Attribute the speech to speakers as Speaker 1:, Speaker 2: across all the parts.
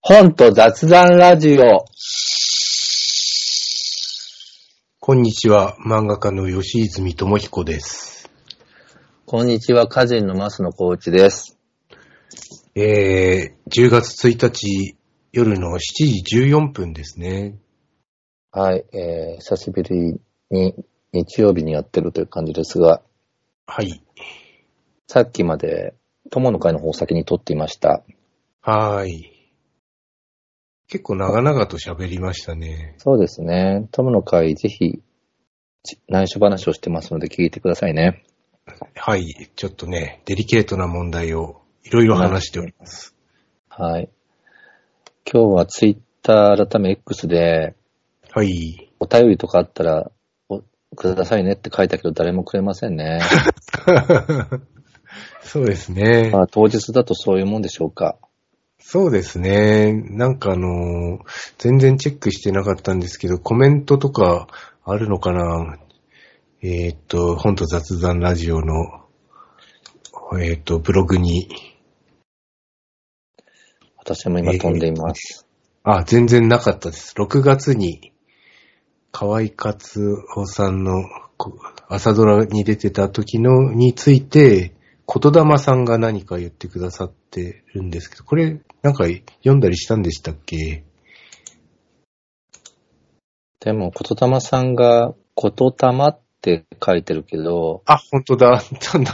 Speaker 1: 本と雑談ラジオ。
Speaker 2: こんにちは、漫画家の吉泉智彦です。
Speaker 1: こんにちは、歌人の増野幸一です。
Speaker 2: えー、10月1日夜の7時14分ですね。
Speaker 1: はい、えー、久しぶりに日曜日にやってるという感じですが、
Speaker 2: はい。
Speaker 1: さっきまで友の会の方を先に撮っていました。
Speaker 2: はーい。結構長々と喋りましたね。
Speaker 1: そうですね、友の会ぜひ、ち内緒話をしてますので聞いてくださいね。
Speaker 2: はい。ちょっとね、デリケートな問題をいろいろ話しております。
Speaker 1: はい。今日はツイッター改め X で、
Speaker 2: はい。
Speaker 1: お便りとかあったら、おくださいねって書いたけど誰もくれません ね。
Speaker 2: そうですね。
Speaker 1: まあ当日だとそういうもんでしょうか。
Speaker 2: そうですね。なんかあのー全然チェックしてなかったんですけど、コメントとかあるのかなえーっと、本と雑談ラジオの、えーっと、ブログに。
Speaker 1: 私も今飛んでいます。
Speaker 2: あ、全然なかったです。6月に、河合克夫さんのこ朝ドラに出てた時のについて、言霊さんが何か言ってくださってるんですけど、これなんか読んだりしたんでしたっけ
Speaker 1: でも、ことたまさんが、ことたまって書いてるけど、
Speaker 2: あ、本当だ。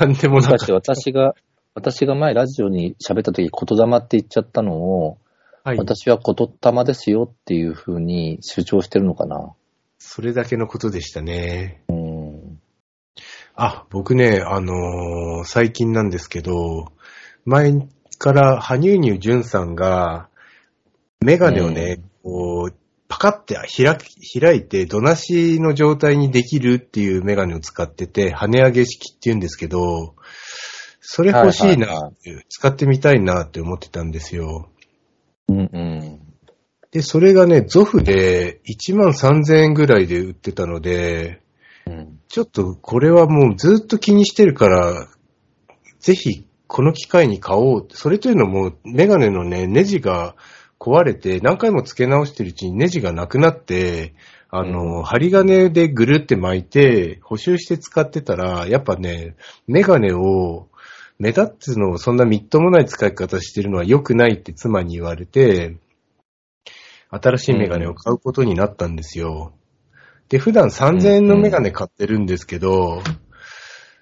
Speaker 2: なんでも
Speaker 1: し
Speaker 2: なか
Speaker 1: か
Speaker 2: った
Speaker 1: し。私が、私が前ラジオに喋った時、ことたまって言っちゃったのを、
Speaker 2: はい。
Speaker 1: 私はことたまですよっていうふうに主張してるのかな。
Speaker 2: それだけのことでしたね。
Speaker 1: うん。
Speaker 2: あ、僕ね、あのー最近なんですけど、前から、羽生乳潤さんが、メガネをね、こう、パカって開き開いて、どなしの状態にできるっていうメガネを使ってて、跳ね上げ式って言うんですけど、それ欲しい
Speaker 1: はいはいは
Speaker 2: なっていう、使ってみたいなって思ってたんですよ。
Speaker 1: うんうん。
Speaker 2: で、それがね、ゾフで1万3000円ぐらいで売ってたので、
Speaker 1: うん、
Speaker 2: ちょっとこれはもうずっと気にしてるから、ぜひこの機会に買おう。それというのも、メガネのね、ネジが壊れて、何回も付け直してるうちにネジがなくなって、あの、針金でぐるって巻いて、補修して使ってたら、やっぱね、メガネを、目立つのをそんなみっともない使い方してるのは良くないって妻に言われて、新しいメガネを買うことになったんですよ。で、普段3000円のメガネ買ってるんですけど、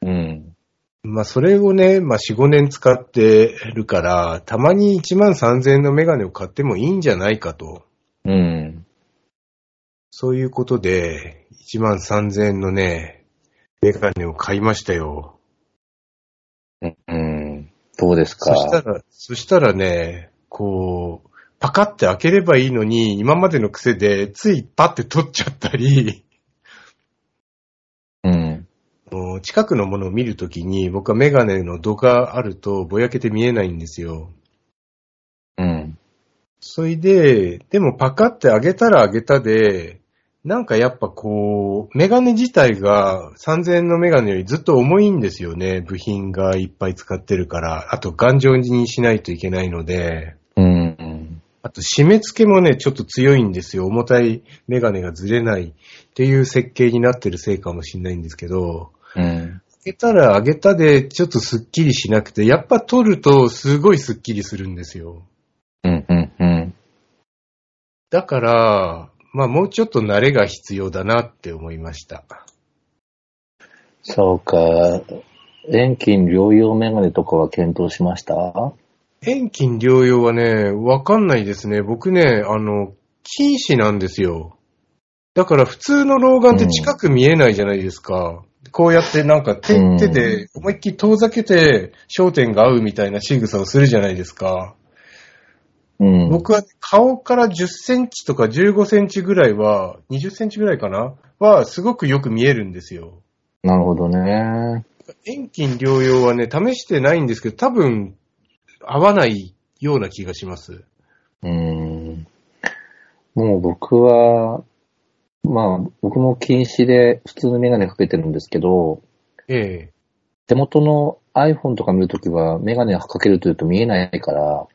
Speaker 1: うん。
Speaker 2: まあ、それをね、まあ、4、5年使ってるから、たまに1万3000円のメガネを買ってもいいんじゃないかと。
Speaker 1: うん。
Speaker 2: そういうことで、1万3000円のね、メガネを買いましたよ。
Speaker 1: うん。どうですか
Speaker 2: そしたら、そしたらね、こう、パカって開ければいいのに、今までの癖で、ついパって取っちゃったり、
Speaker 1: うん。
Speaker 2: もう近くのものを見るときに、僕はメガネの度があると、ぼやけて見えないんですよ。
Speaker 1: うん。
Speaker 2: それで、でもパカって上げたら上げたで、なんかやっぱこう、メガネ自体が3000円のメガネよりずっと重いんですよね。部品がいっぱい使ってるから。あと頑丈にしないといけないので。
Speaker 1: うん。
Speaker 2: あと締め付けもね、ちょっと強いんですよ。重たいメガネがずれないっていう設計になってるせいかもしれないんですけど。
Speaker 1: うん。
Speaker 2: 上げたら上げたでちょっとスッキリしなくて、やっぱ取るとすごいスッキリするんですよ。
Speaker 1: うん。うん。うん。
Speaker 2: だから、まあもうちょっと慣れが必要だなって思いました。
Speaker 1: そうか。遠近療養メガネとかは検討しました
Speaker 2: 遠近療養はね、わかんないですね。僕ね、あの、近視なんですよ。だから普通の老眼って近く見えないじゃないですか。こうやってなんか手
Speaker 1: うん
Speaker 2: 手で思いっきり遠ざけて焦点が合うみたいな仕草をするじゃないですか。
Speaker 1: うん。
Speaker 2: 僕は顔から10センチとか15センチぐらいは、20センチぐらいかなはすごくよく見えるんですよ。
Speaker 1: なるほどね。
Speaker 2: 遠近療養はね、試してないんですけど、多分、合わないような気がします。
Speaker 1: うん。もう僕は、まあ僕も禁止で普通のメガネかけてるんですけど、
Speaker 2: ええ。
Speaker 1: 手元の iPhone とか見るときはメガネかけるというと見えないから、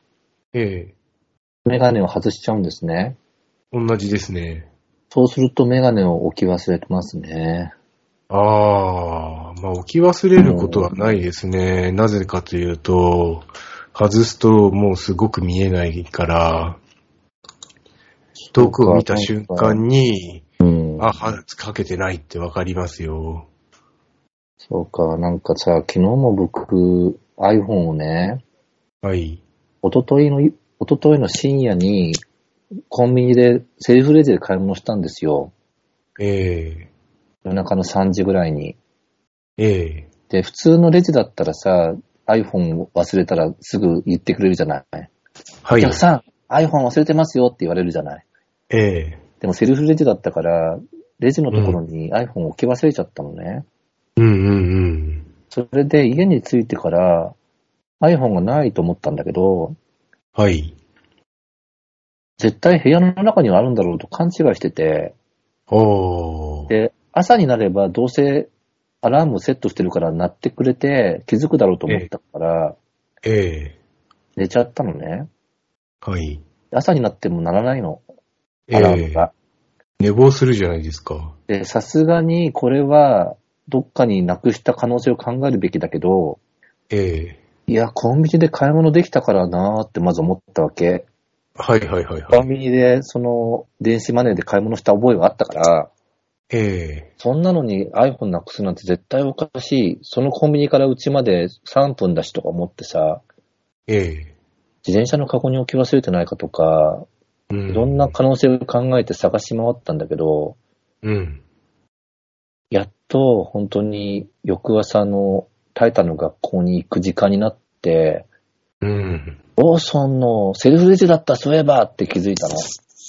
Speaker 2: ええ。
Speaker 1: メガネを外しちゃうんですね。
Speaker 2: 同じですね。
Speaker 1: そうするとメガネを置き忘れてますね。
Speaker 2: ああ、まあ置き忘れることはないですね。なぜかというと、外すともうすごく見えないから、遠くを見た瞬間に、
Speaker 1: うん。
Speaker 2: あ、は、かけてないってわかりますよ。
Speaker 1: そうか、なんかさ、昨日も僕、iPhone をね、
Speaker 2: はい。
Speaker 1: 一昨日の、一昨日の深夜に、コンビニで、セルフレジで買い物したんですよ。
Speaker 2: え
Speaker 1: 夜中の3時ぐらいに。
Speaker 2: えええ
Speaker 1: で、普通のレジだったらさ、iPhone を忘れたらすぐ言ってくれるじゃない。
Speaker 2: は
Speaker 1: お
Speaker 2: い
Speaker 1: 客。さん、iPhone 忘れてますよって言われるじゃない。
Speaker 2: ええ
Speaker 1: でもセルフレジだったから、レジのところに iPhone を置き忘れちゃったのね。
Speaker 2: うんうんうん。
Speaker 1: それで家に着いてから iPhone がないと思ったんだけど、
Speaker 2: はい。
Speaker 1: 絶対部屋の中にはあるんだろうと勘違いしてて、
Speaker 2: おー。
Speaker 1: で、朝になればどうせアラームをセットしてるから鳴ってくれて気づくだろうと思ったから、
Speaker 2: ええ
Speaker 1: 寝ちゃったのね。
Speaker 2: はい。
Speaker 1: 朝になっても鳴らないの、
Speaker 2: え
Speaker 1: アラー
Speaker 2: え
Speaker 1: ムが。
Speaker 2: 寝坊するじゃないですか。
Speaker 1: で、さすがにこれはどっかになくした可能性を考えるべきだけど、
Speaker 2: ええ
Speaker 1: いや、コンビニで買い物できたからなーってまず思ったわけ。
Speaker 2: はいはいはい
Speaker 1: コ
Speaker 2: は
Speaker 1: ンビ
Speaker 2: い。
Speaker 1: ニで、その、電子マネーで買い物した覚えがあったから、
Speaker 2: ええ
Speaker 1: そんなのに iPhone なくすなんて絶対おかしい。そのコンビニからうちまで3分だしとか思ってさ、
Speaker 2: ええ
Speaker 1: 自転車のカゴに置き忘れてないかとか、
Speaker 2: うん
Speaker 1: いろんな可能性を考えて探し回ったんだけど、
Speaker 2: うん。
Speaker 1: やっと本当に翌朝のタイタンの学校に行く時間になって、
Speaker 2: うん。
Speaker 1: ローソンのセルフレジだったそういえばって気づいたの。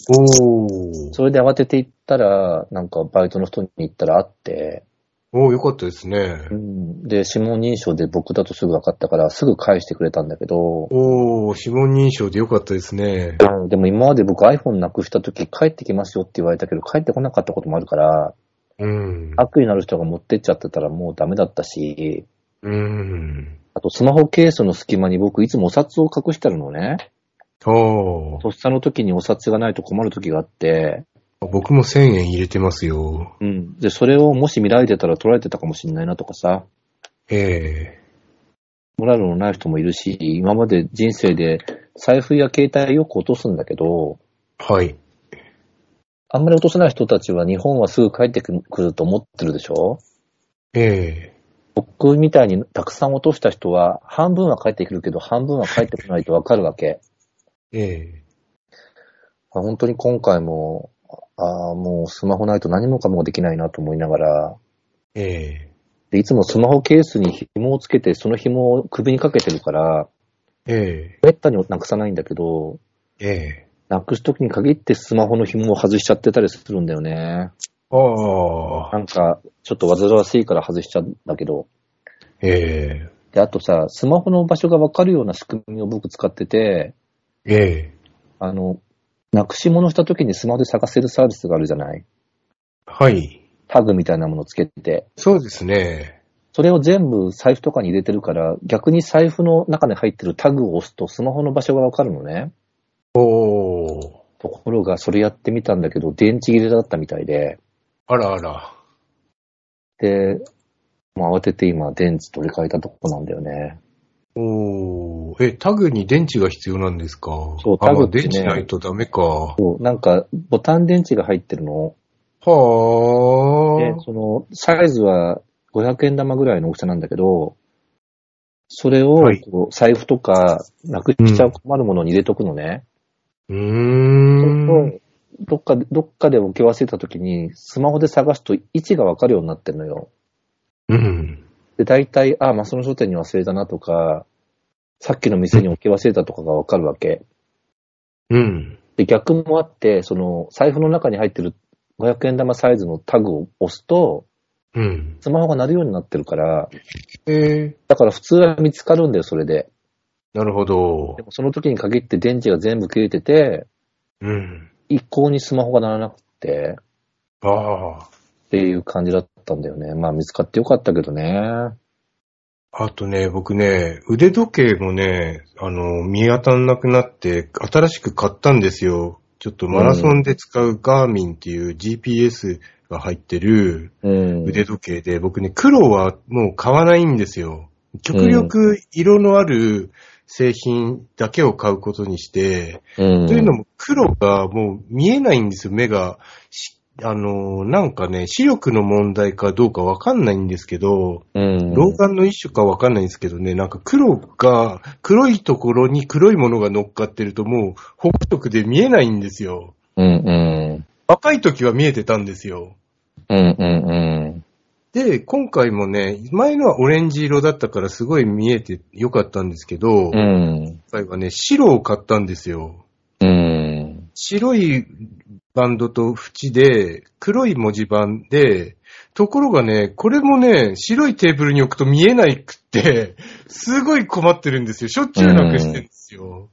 Speaker 2: おー。
Speaker 1: それで慌てて行ったら、なんかバイトの人に行ったらあって、
Speaker 2: おー、よかったですね。
Speaker 1: で、指紋認証で僕だとすぐ分かったから、すぐ返してくれたんだけど、
Speaker 2: おー、指紋認証でよかったですね。
Speaker 1: でも今まで僕 iPhone なくした時帰ってきますよって言われたけど、帰ってこなかったこともあるから、
Speaker 2: うん。
Speaker 1: 悪意のある人が持ってっちゃってたらもうダメだったし、
Speaker 2: うん。
Speaker 1: あとスマホケースの隙間に僕いつもお札を隠してあるのね。
Speaker 2: おー。
Speaker 1: とっさの時にお札がないと困る時があって、
Speaker 2: 僕も1000円入れてますよ。
Speaker 1: うん。で、それをもし見られてたら取られてたかもしれないなとかさ。
Speaker 2: え
Speaker 1: モラルのない人もいるし、今まで人生で財布や携帯よく落とすんだけど、
Speaker 2: えはい。
Speaker 1: あんまり落とせない人たちは日本はすぐ帰ってくると思ってるでしょ
Speaker 2: え
Speaker 1: 僕みたいにたくさん落とした人は半分は帰ってくるけど半分は帰ってこないとわかるわけ。
Speaker 2: ええ
Speaker 1: あ 本当に今回も、ああ、もうスマホないと何もかもできないなと思いながら、
Speaker 2: ええ
Speaker 1: でいつもスマホケースに紐をつけてその紐を首にかけてるから、
Speaker 2: ええ
Speaker 1: めったになくさないんだけど、
Speaker 2: ええ
Speaker 1: なくすときに限ってスマホの紐を外しちゃってたりするんだよね。
Speaker 2: ああ、
Speaker 1: なんか、ちょっと煩わしいから外しちゃうんだけど。
Speaker 2: え
Speaker 1: で、あとさ、スマホの場所がわかるような仕組みを僕使ってて、
Speaker 2: えええ
Speaker 1: あの、なくし物した時にスマホで探せるサービスがあるじゃない
Speaker 2: はい。
Speaker 1: タグみたいなものつけて。
Speaker 2: そうですね。
Speaker 1: それを全部財布とかに入れてるから、逆に財布の中に入ってるタグを押すとスマホの場所がわかるのね。
Speaker 2: おー。
Speaker 1: ところが、それやってみたんだけど、電池切れだったみたいで、
Speaker 2: あらあら。
Speaker 1: で、もう慌てて今電池取り替えたとこなんだよね。
Speaker 2: おー。え、タグに電池が必要なんですか
Speaker 1: そう
Speaker 2: あ
Speaker 1: タグ
Speaker 2: まあ
Speaker 1: ってね
Speaker 2: 電池ないとダメか。
Speaker 1: そうなんか、ボタン電池が入ってるの。で
Speaker 2: は、あ。
Speaker 1: その、サイズは500円玉ぐらいの大きさなんだけど、それを
Speaker 2: はい
Speaker 1: こう財布とか、なくしちゃう困るものに入れとくのね。
Speaker 2: うー。
Speaker 1: そうんするとどっかで、どっかで置き忘れた時に、スマホで探すと位置がわかるようになってるのよ。
Speaker 2: うん。
Speaker 1: で、大体、あ、まあ、その書店に忘れたなとか、さっきの店に置き忘れたとかがわかるわけ。
Speaker 2: うん。
Speaker 1: で、逆もあって、その、財布の中に入ってる500円玉サイズのタグを押すと、
Speaker 2: うん。
Speaker 1: スマホが鳴るようになってるから、
Speaker 2: えー、
Speaker 1: だから普通は見つかるんだよ、それで。
Speaker 2: なるほど
Speaker 1: で。もその時に限って電池が全部切れてて、
Speaker 2: うん。
Speaker 1: 一向にスマホが鳴らなくて、
Speaker 2: ああ。
Speaker 1: っていう感じだったんだよね。まあ見つかってよかったけどね。
Speaker 2: あとね、僕ね、腕時計もね、あの、見当たんなくなって、新しく買ったんですよ。ちょっとマラソンで使うガーミンっていう GPS が入ってる
Speaker 1: うん。
Speaker 2: 腕時計で、僕ね、黒はもう買わないんですよ。極力色のある製品だけを買うことにして、
Speaker 1: うん。
Speaker 2: というのも黒がもう見えないんですよ、目が。しあの、なんかね、視力の問題かどうかわかんないんですけど、
Speaker 1: うん。
Speaker 2: 老眼の一種かわかんないんですけどね、なんか黒が、黒いところに黒いものが乗っかってるともう北極で見えないんですよ。
Speaker 1: うんうん。
Speaker 2: 若い時は見えてたんですよ。
Speaker 1: うんうん
Speaker 2: で、今回もね、前のはオレンジ色だったからすごい見えてよかったんですけど、
Speaker 1: うん。う
Speaker 2: 今
Speaker 1: ん。
Speaker 2: 回はね、白を買ったんですよ。
Speaker 1: うん。
Speaker 2: 白いバンドと縁で、黒い文字盤で、ところがね、これもね、白いテーブルに置くと見えないくって、すごい困ってるんですよ。しょっちゅうなくしてるんですよ。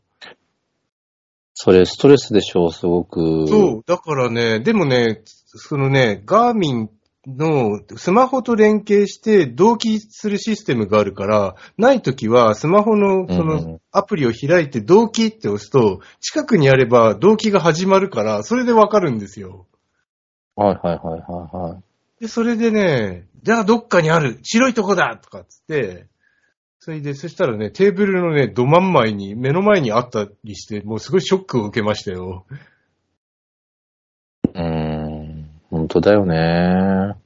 Speaker 1: それ、ストレスでしょう、すごく。
Speaker 2: そう、だからね、でもね、そのね、ガーミンのスマホと連携して同期するシステムがあるから、ないときはスマホのそ
Speaker 1: うんうん
Speaker 2: のアプリを開いて同期って押すと、近くにあれば同期が始まるから、それでわかるんですよ。
Speaker 1: はいはいはいはいはい。
Speaker 2: で、それでね、じゃあどっかにある、白いとこだとかっつって、それで、そしたらね、テーブルのね、ど真ん前に、目の前にあったりして、もうすごいショックを受けましたよ。
Speaker 1: うーん。本当だよね。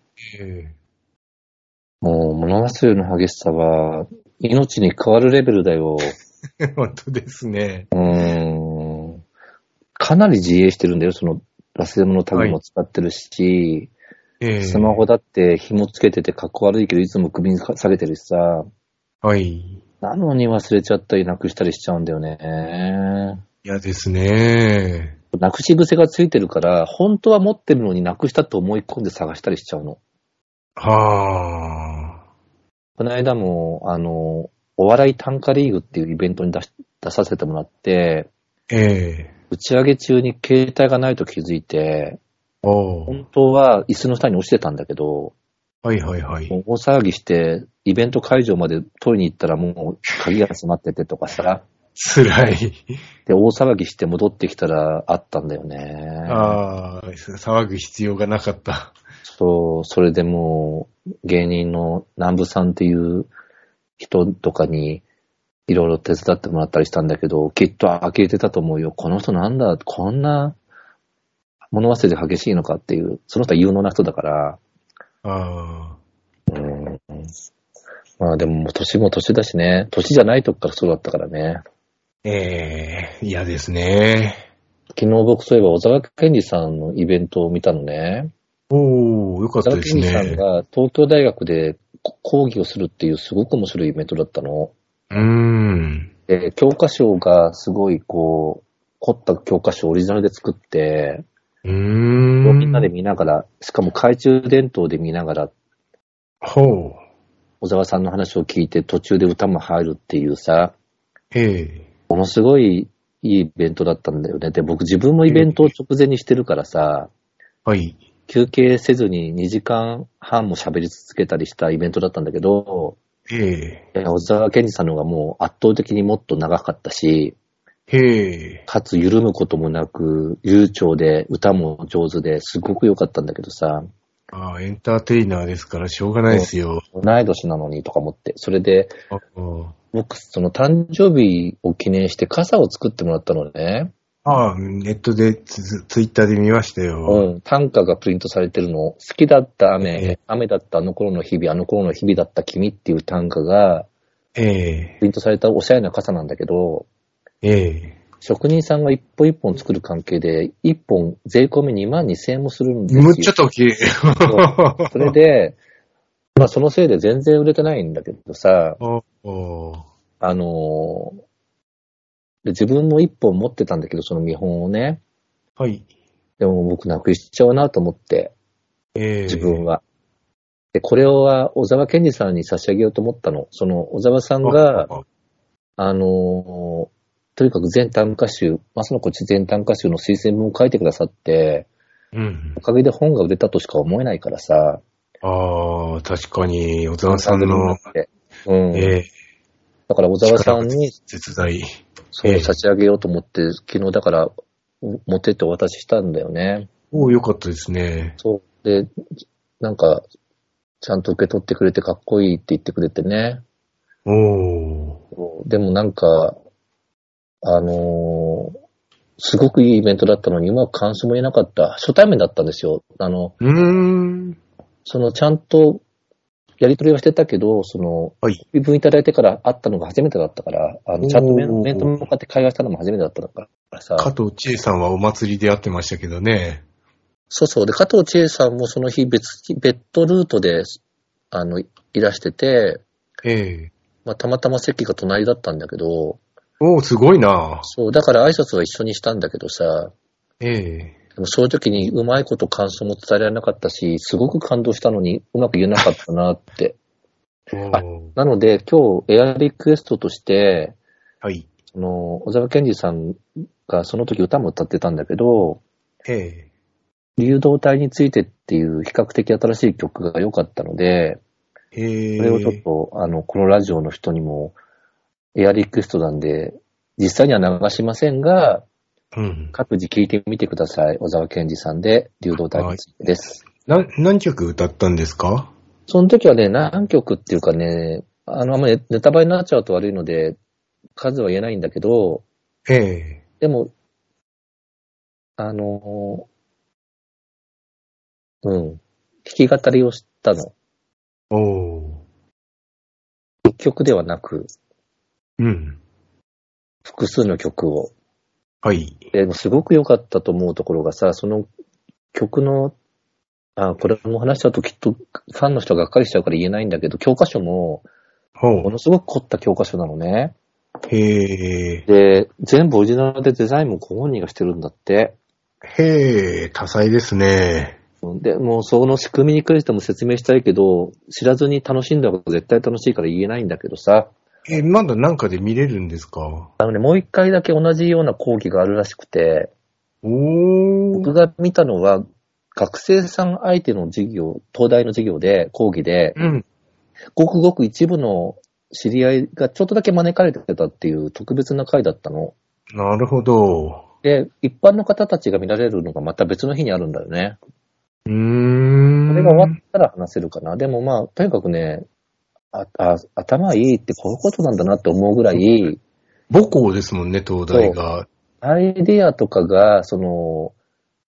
Speaker 1: もう、物忘れの激しさは、命に変わるレベルだよ。
Speaker 2: 本当ですね。
Speaker 1: うーん。かなり自衛してるんだよ、その、忘れ物タグも使ってるし、
Speaker 2: ええ
Speaker 1: スマホだって紐つけててかっこ悪いけど、いつも首に下げてるしさ、
Speaker 2: はい。
Speaker 1: なのに忘れちゃったりなくしたりしちゃうんだよね。
Speaker 2: 嫌ですね。
Speaker 1: なくし癖がついてるから、本当は持ってるのになくしたと思い込んで探したりしちゃうの。
Speaker 2: はあ。
Speaker 1: この間も、あの、お笑い短歌リーグっていうイベントに出し出させてもらって、
Speaker 2: ええ
Speaker 1: 打ち上げ中に携帯がないと気づいて、
Speaker 2: おう
Speaker 1: 本当は椅子の下に落ちてたんだけど、
Speaker 2: はいはいはい。
Speaker 1: もう大騒ぎして、イベント会場まで取りに行ったらもう鍵が詰まっててとかさ、
Speaker 2: 辛い。
Speaker 1: で、大騒ぎして戻ってきたらあったんだよね。
Speaker 2: ああ、騒ぐ必要がなかった。
Speaker 1: そう、それでもう芸人の南部さんっていう人とかにいろいろ手伝ってもらったりしたんだけど、きっと呆れてたと思うよ。この人なんだ、こんな物忘れで激しいのかっていう、その人は有能な人だから、
Speaker 2: ああ。
Speaker 1: うん。まあでももう年も年だしね、年じゃない時からそうだったからね。
Speaker 2: ええ嫌ですね。
Speaker 1: 昨日僕そういえば小沢健二さんのイベントを見たのね。
Speaker 2: おー、よかっ
Speaker 1: 小
Speaker 2: た
Speaker 1: 沢
Speaker 2: です
Speaker 1: 健二さん
Speaker 2: ね。
Speaker 1: が東京大学でこ講義をするっていうすごく面白いイベントだったの。
Speaker 2: うーん。
Speaker 1: で教科書がすごいこう、凝った教科書をオリジナルで作って、
Speaker 2: うーん。
Speaker 1: みんなで見ながら、しかも懐中電灯で見ながら、
Speaker 2: ほう。
Speaker 1: 小沢さんの話を聞いて途中で歌も入るっていうさ、
Speaker 2: ええ
Speaker 1: ものすごいいいイベントだったんだよね。で、僕自分もイベントを直前にしてるからさ、
Speaker 2: はい。
Speaker 1: 休憩せずに2時間半も喋り続けたりしたイベントだったんだけど、
Speaker 2: ええ
Speaker 1: えー小沢健二さんの方がもう圧倒的にもっと長かったし、
Speaker 2: へえ。
Speaker 1: かつ緩むこともなく、悠長で歌も上手ですごく良かったんだけどさ、
Speaker 2: ああ、エンターテイナーですからしょうがないですよ。
Speaker 1: 同い年なのにとか思って、それで
Speaker 2: ああ
Speaker 1: 僕、その誕生日を記念して傘を作ってもらったのね。
Speaker 2: ああ、ネットでツ、ツイッターで見ましたよ。
Speaker 1: うん、短歌がプリントされてるの、好きだった
Speaker 2: え
Speaker 1: 雨
Speaker 2: え、
Speaker 1: 雨だったあの頃の日々、あの頃の日々だった君っていう短歌が、
Speaker 2: ええ
Speaker 1: プリントされたおしゃれな傘なんだけど、
Speaker 2: ええ
Speaker 1: 職人さんが一本一本作る関係で、一本税込み2万2千円もするんですよ。
Speaker 2: むっちゃ時計。
Speaker 1: それで、まあそのせいで全然売れてないんだけどさ、
Speaker 2: あ あ、
Speaker 1: あのーで自分も一本持ってたんだけど、その見本をね。
Speaker 2: はい。
Speaker 1: でも僕なくしちゃうなと思って、
Speaker 2: ええ
Speaker 1: 自分は。で、これをは小沢健二さんに差し上げようと思ったの。その小沢さんが、
Speaker 2: あ
Speaker 1: あのーとにかく全短歌集、松野こっち全短歌集の推薦文を書いてくださって、
Speaker 2: うん
Speaker 1: お。かげで本が売れたとしか思えないからさ、
Speaker 2: ああ、確かに、小沢さんの
Speaker 1: でうん。
Speaker 2: ええ
Speaker 1: だから小沢さんに、
Speaker 2: 絶大。
Speaker 1: そう、
Speaker 2: ええ
Speaker 1: 差し上げようと思って、昨日だから、お持ってってお渡ししたんだよね。
Speaker 2: おお、よかったですね。
Speaker 1: そう。で、なんか、ちゃんと受け取ってくれてかっこいいって言ってくれてね。
Speaker 2: おお。
Speaker 1: そうでもなんか、あのーすごくいいイベントだったのに、うまく感想も言えなかった。初対面だったんですよ。あの、
Speaker 2: うーん。
Speaker 1: そのちゃんとやり取りはしてたけど、その、
Speaker 2: はい。
Speaker 1: 自分いただいてから会ったのが初めてだったから、あの、ちゃんと面
Speaker 2: おー
Speaker 1: 面と向かって会話したのも初めてだったからさ。
Speaker 2: 加藤千恵さんはお祭りで会ってましたけどね。
Speaker 1: そうそう。で、加藤千恵さんもその日別、別途ルートで、あの、いらしてて、
Speaker 2: ええ
Speaker 1: まあ、たまたま席が隣だったんだけど、
Speaker 2: おお、すごいな。
Speaker 1: そう、だから挨拶は一緒にしたんだけどさ、
Speaker 2: ええ
Speaker 1: でもそういう時にうまいこと感想も伝えられなかったし、すごく感動したのにうまく言えなかったなって。
Speaker 2: おお。
Speaker 1: なので、今日エアリクエストとして、
Speaker 2: はい。
Speaker 1: その、小沢健二さんがその時歌も歌ってたんだけど、
Speaker 2: ええ
Speaker 1: 流動体についてっていう比較的新しい曲が良かったので、
Speaker 2: ええ
Speaker 1: それをちょっと、あの、このラジオの人にも、エアリクエストなんで、実際には流しませんが、
Speaker 2: うん。
Speaker 1: 各自聞いてみてください。小沢健二さんで、流動体についてです。
Speaker 2: なん、何曲歌ったんですか
Speaker 1: その時はね、何曲っていうかね、あの、あんまりネタバレになっちゃうと悪いので、数は言えないんだけど、
Speaker 2: ええ
Speaker 1: でも、あの、うん、弾き語りをしたの。
Speaker 2: おお。
Speaker 1: 一曲ではなく、
Speaker 2: うん。
Speaker 1: 複数の曲を。
Speaker 2: はい。
Speaker 1: でもすごく良かったと思うところがさ、その曲の、あこれも話しちゃうときっとファンの人ががっかりしちゃうから言えないんだけど、教科書も
Speaker 2: ほ
Speaker 1: も
Speaker 2: う。
Speaker 1: のすごく凝った教科書なのね。
Speaker 2: へえ。
Speaker 1: で、全部オリジナルでデザインもご本人がしてるんだって。
Speaker 2: へえ、多彩ですね。
Speaker 1: で、もうその仕組みに関しても説明したいけど、知らずに楽しんだ方が絶対楽しいから言えないんだけどさ、
Speaker 2: え、まだなんかで見れるんですか
Speaker 1: あのね、もう一回だけ同じような講義があるらしくて、
Speaker 2: おお。
Speaker 1: 僕が見たのは、学生さん相手の授業、東大の授業で、講義で、
Speaker 2: うん。
Speaker 1: ごくごく一部の知り合いがちょっとだけ招かれてたっていう特別な会だったの。
Speaker 2: なるほど。
Speaker 1: で、一般の方たちが見られるのがまた別の日にあるんだよね。
Speaker 2: うーん。
Speaker 1: それが終わったら話せるかな。でもまあ、とにかくね、ああ頭いいってこういうことなんだなって思うぐらい、
Speaker 2: 母校ですもんね、東大が。
Speaker 1: アイデアとかが、その、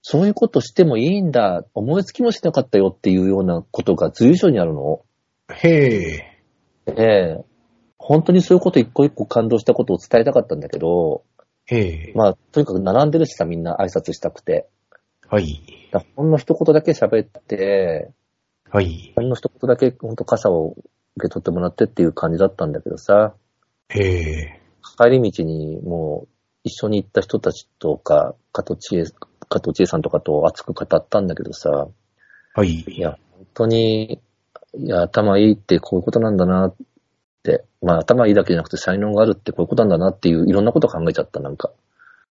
Speaker 1: そういうことしてもいいんだ、思いつきもしなかったよっていうようなことが随所にあるの。
Speaker 2: へえ。
Speaker 1: ええ本当にそういうこと一個一個感動したことを伝えたかったんだけど、
Speaker 2: へえ。
Speaker 1: まあ、とにかく並んでるしさ、みんな挨拶したくて。
Speaker 2: はい。
Speaker 1: だからほんの一言だけ喋って、
Speaker 2: はい。
Speaker 1: ほんの一言だけ本当傘を受け取ってもらってっていう感じだったんだけどさ、
Speaker 2: へえ。
Speaker 1: 帰り道にもう一緒に行った人たちとか、加藤千恵、加藤千恵さんとかと熱く語ったんだけどさ、
Speaker 2: はい。
Speaker 1: いや、本当に、いや、頭いいってこういうことなんだなって、まあ頭いいだけじゃなくて才能があるってこういうことなんだなっていういろんなこと考えちゃった、なんか。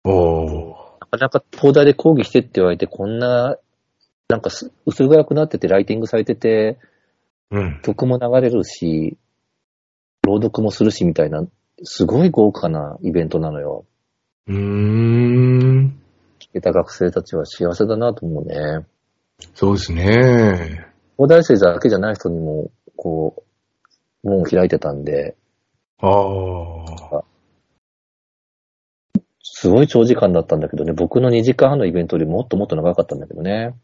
Speaker 2: おー。
Speaker 1: なかなか東大で講義してって言われて、こんな、なんかす薄暗くなってて、ライティングされてて、
Speaker 2: うん。
Speaker 1: 曲も流れるし、朗読もするしみたいな、すごい豪華なイベントなのよ。
Speaker 2: うーん。
Speaker 1: 聞けた学生たちは幸せだなと思うね。
Speaker 2: そうですね。
Speaker 1: 東大生だけじゃない人にも、こう、門を開いてたんで、
Speaker 2: ああ。
Speaker 1: すごい長時間だったんだけどね、僕の2時間半のイベントよりもっともっと長かったんだけどね。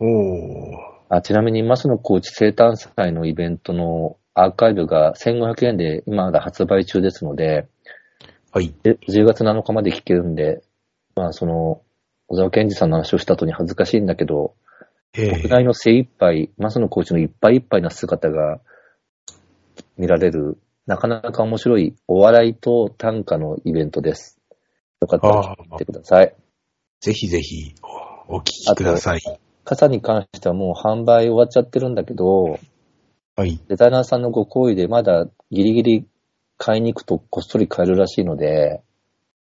Speaker 2: おー。
Speaker 1: あちなみに、マスのコーチ生誕祭のイベントのアーカイブが1500円で今まだ発売中ですので、
Speaker 2: はい。
Speaker 1: で10月7日まで聞けるんで、まあその、小沢健二さんの話をした後に恥ずかしいんだけど、
Speaker 2: へえ
Speaker 1: 国。内の精一杯、マスのコーチのいっぱいいっぱいな姿が見られる、なかなか面白いお笑いと短歌のイベントです。よかったら聞いてください。
Speaker 2: ぜひぜひ、お聞きください。
Speaker 1: 傘に関してはもう販売終わっちゃってるんだけど、
Speaker 2: はい。
Speaker 1: デザイナーさんのご好意でまだギリギリ買いに行くとこっそり買えるらしいので、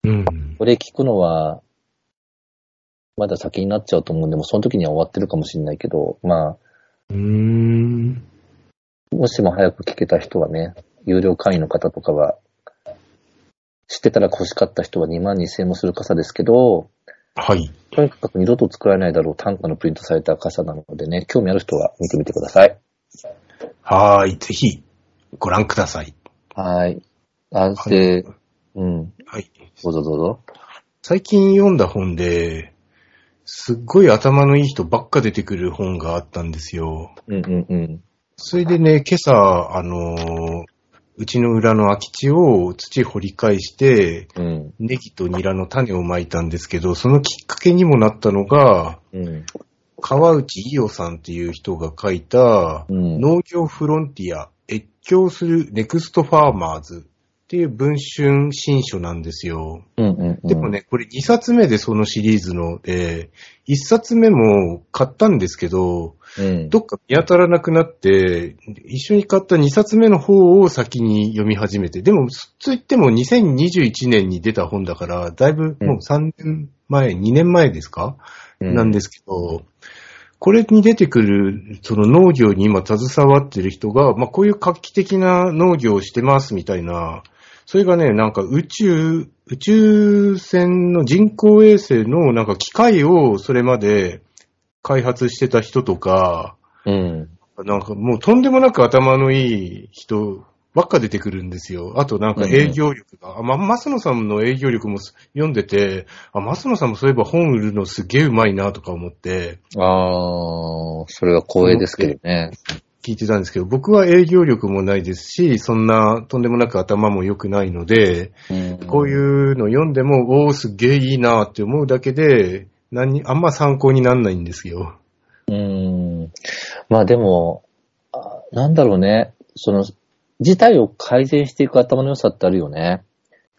Speaker 2: うん。
Speaker 1: これ聞くのは、まだ先になっちゃうと思うんで、もうその時には終わってるかもしれないけど、まあ、
Speaker 2: うーん。
Speaker 1: もしも早く聞けた人はね、有料会員の方とかは、知ってたら欲しかった人は2万2000円もする傘ですけど、
Speaker 2: はい。
Speaker 1: とにかく二度と作られないだろう単価のプリントされた傘なのでね、興味ある人は見てみてください。
Speaker 2: はーい。ぜひ、ご覧ください。
Speaker 1: はい。あ、で、うん。
Speaker 2: はい。
Speaker 1: どうぞどうぞ。
Speaker 2: 最近読んだ本で、すっごい頭のいい人ばっか出てくる本があったんですよ。
Speaker 1: うんうんうん。
Speaker 2: それでね、今朝、あのーうちの裏の空き地を土掘り返して、
Speaker 1: うん。
Speaker 2: ネギとニラの種をまいたんですけど、そのきっかけにもなったのが、
Speaker 1: うん。
Speaker 2: 川内伊代さんっていう人が書いた、
Speaker 1: うん。
Speaker 2: 農業フロンティア、越境するネクストファーマーズっていう文春新書なんですよ。
Speaker 1: うんうんうん。
Speaker 2: でもね、これ2冊目でそのシリーズので、1冊目も買ったんですけど、
Speaker 1: うん、。
Speaker 2: どっか見当たらなくなって、一緒に買った2冊目の方を先に読み始めて、でも、ついっても2021年に出た本だから、だいぶもう3年前、2年前ですかなんですすけど、これに出てくる、その農業に今携わってる人が、まあこういう画期的な農業をしてますみたいな、それがね、なんか宇宙、宇宙船の人工衛星のなんか機械をそれまで開発してた人とか、
Speaker 1: うん。
Speaker 2: なんかもうとんでもなく頭のいい人ばっか出てくるんですよ。あとなんか営業力が、あ、ま、マスノさんの営業力も読んでて、あ、マスノさんもそういえば本売るのすげえうまいなとか思って
Speaker 1: ああ、それは光栄ですけどね。
Speaker 2: 聞いてたんですけど、僕は営業力もないですし、そんなとんでもなく頭も良くないので、こういううの読んでも、おーすげえいいなって思うだけで、何、あんま参考になんないんですよ。
Speaker 1: ん。うん。まあでも、あなんだろうね。その、事態を改善していく頭の良さってあるよね。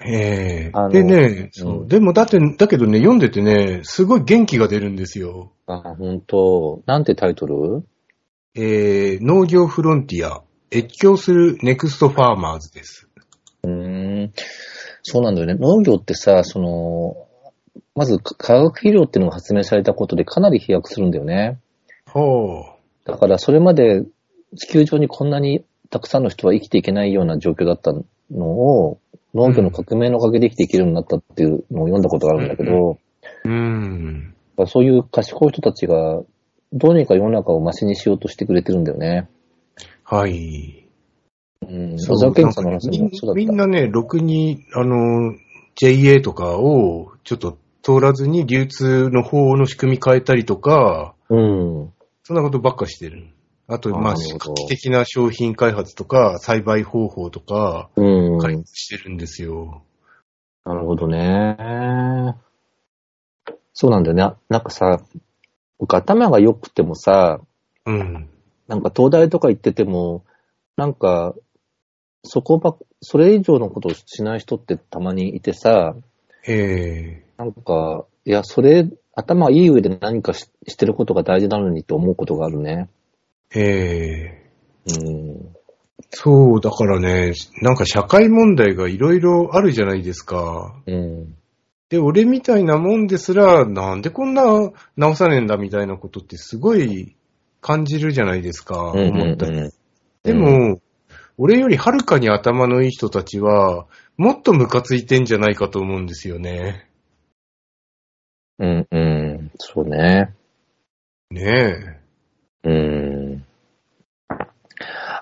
Speaker 2: ええ
Speaker 1: あの
Speaker 2: でね、そう
Speaker 1: うん
Speaker 2: でもだって、だけどね、読んでてね、すごい元気が出るんですよ。
Speaker 1: あ本当なんてタイトル
Speaker 2: えー、農業フロンティア、越境するネクストファーマーズです。
Speaker 1: うーんそうなんだよね。農業ってさ、その、まず化化学肥料っていうのが発明されたことでかなり飛躍するんだよね。
Speaker 2: ほう。
Speaker 1: だからそれまで地球上にこんなにたくさんの人は生きていけないような状況だったのを、農業の革命のおかげで生きていけるようになったっていうのを読んだことがあるんだけど、
Speaker 2: うん
Speaker 1: やっ
Speaker 2: うーん。
Speaker 1: ぱそういう賢い人たちがどうにか世の中をマシにしようとしてくれてるんだよね。
Speaker 2: はい。
Speaker 1: うん。小沢健二さんの話もそうだった。
Speaker 2: みんみんなね、ろくに、あの、JA とかをちょっと通らずに流通の方の仕組み変えたりとか、
Speaker 1: うん。
Speaker 2: そんなことばっかしてる。あと、
Speaker 1: あー
Speaker 2: まあ、
Speaker 1: なるほど
Speaker 2: 画期的な商品開発とか、栽培方法とか、
Speaker 1: うん。
Speaker 2: 開発してるんですよ。
Speaker 1: なるほどね。そうなんだよね。ななんかさ、僕頭が良くてもさ、
Speaker 2: うん。
Speaker 1: なんか東大とか行ってても、なんか、そこば、それ以上のことをしない人ってたまにいてさ、
Speaker 2: ええ
Speaker 1: なんか、いや、それ、頭いい上で何かししてることが大事なのにと思うことがあるね。
Speaker 2: ええ
Speaker 1: うん。
Speaker 2: そう、だからね、なんか社会問題がいろいろあるじゃないですか。
Speaker 1: うん。
Speaker 2: で、俺みたいなもんですら、なんでこんな直さねえんだみたいなことってすごい感じるじゃないですか、
Speaker 1: うんうん
Speaker 2: 思ったり
Speaker 1: うん
Speaker 2: でも、俺よりはるかに頭のいい人たちは、もっとムカついてんじゃないかと思うんですよね。
Speaker 1: うんうん。そうね。
Speaker 2: ね
Speaker 1: うん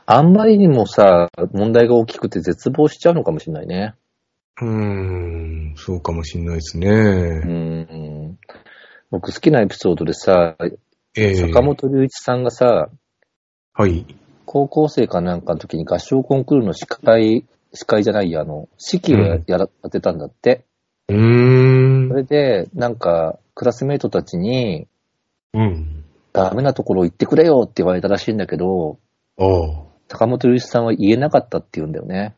Speaker 1: あんまりにもさ、問題が大きくて絶望しちゃうのかもしれないね。
Speaker 2: え。うーん、そうかもしんないです
Speaker 1: う
Speaker 2: ね。
Speaker 1: ん。僕好きなエピソードでさ、
Speaker 2: ええ
Speaker 1: 坂本龍一さんがさ、
Speaker 2: はい。
Speaker 1: 高校生かなんかの時に合唱コンクールの司会、司会じゃないや、あの、指揮をや
Speaker 2: うん
Speaker 1: やらやってたんだって。
Speaker 2: うーん
Speaker 1: そ。れで、なんか、クラスメイトたちに、
Speaker 2: うん。
Speaker 1: ダメなところ行ってくれよって言われたらしいんだけど、
Speaker 2: ああ。
Speaker 1: 坂本龍一さんは言えなかったって言うんだよね。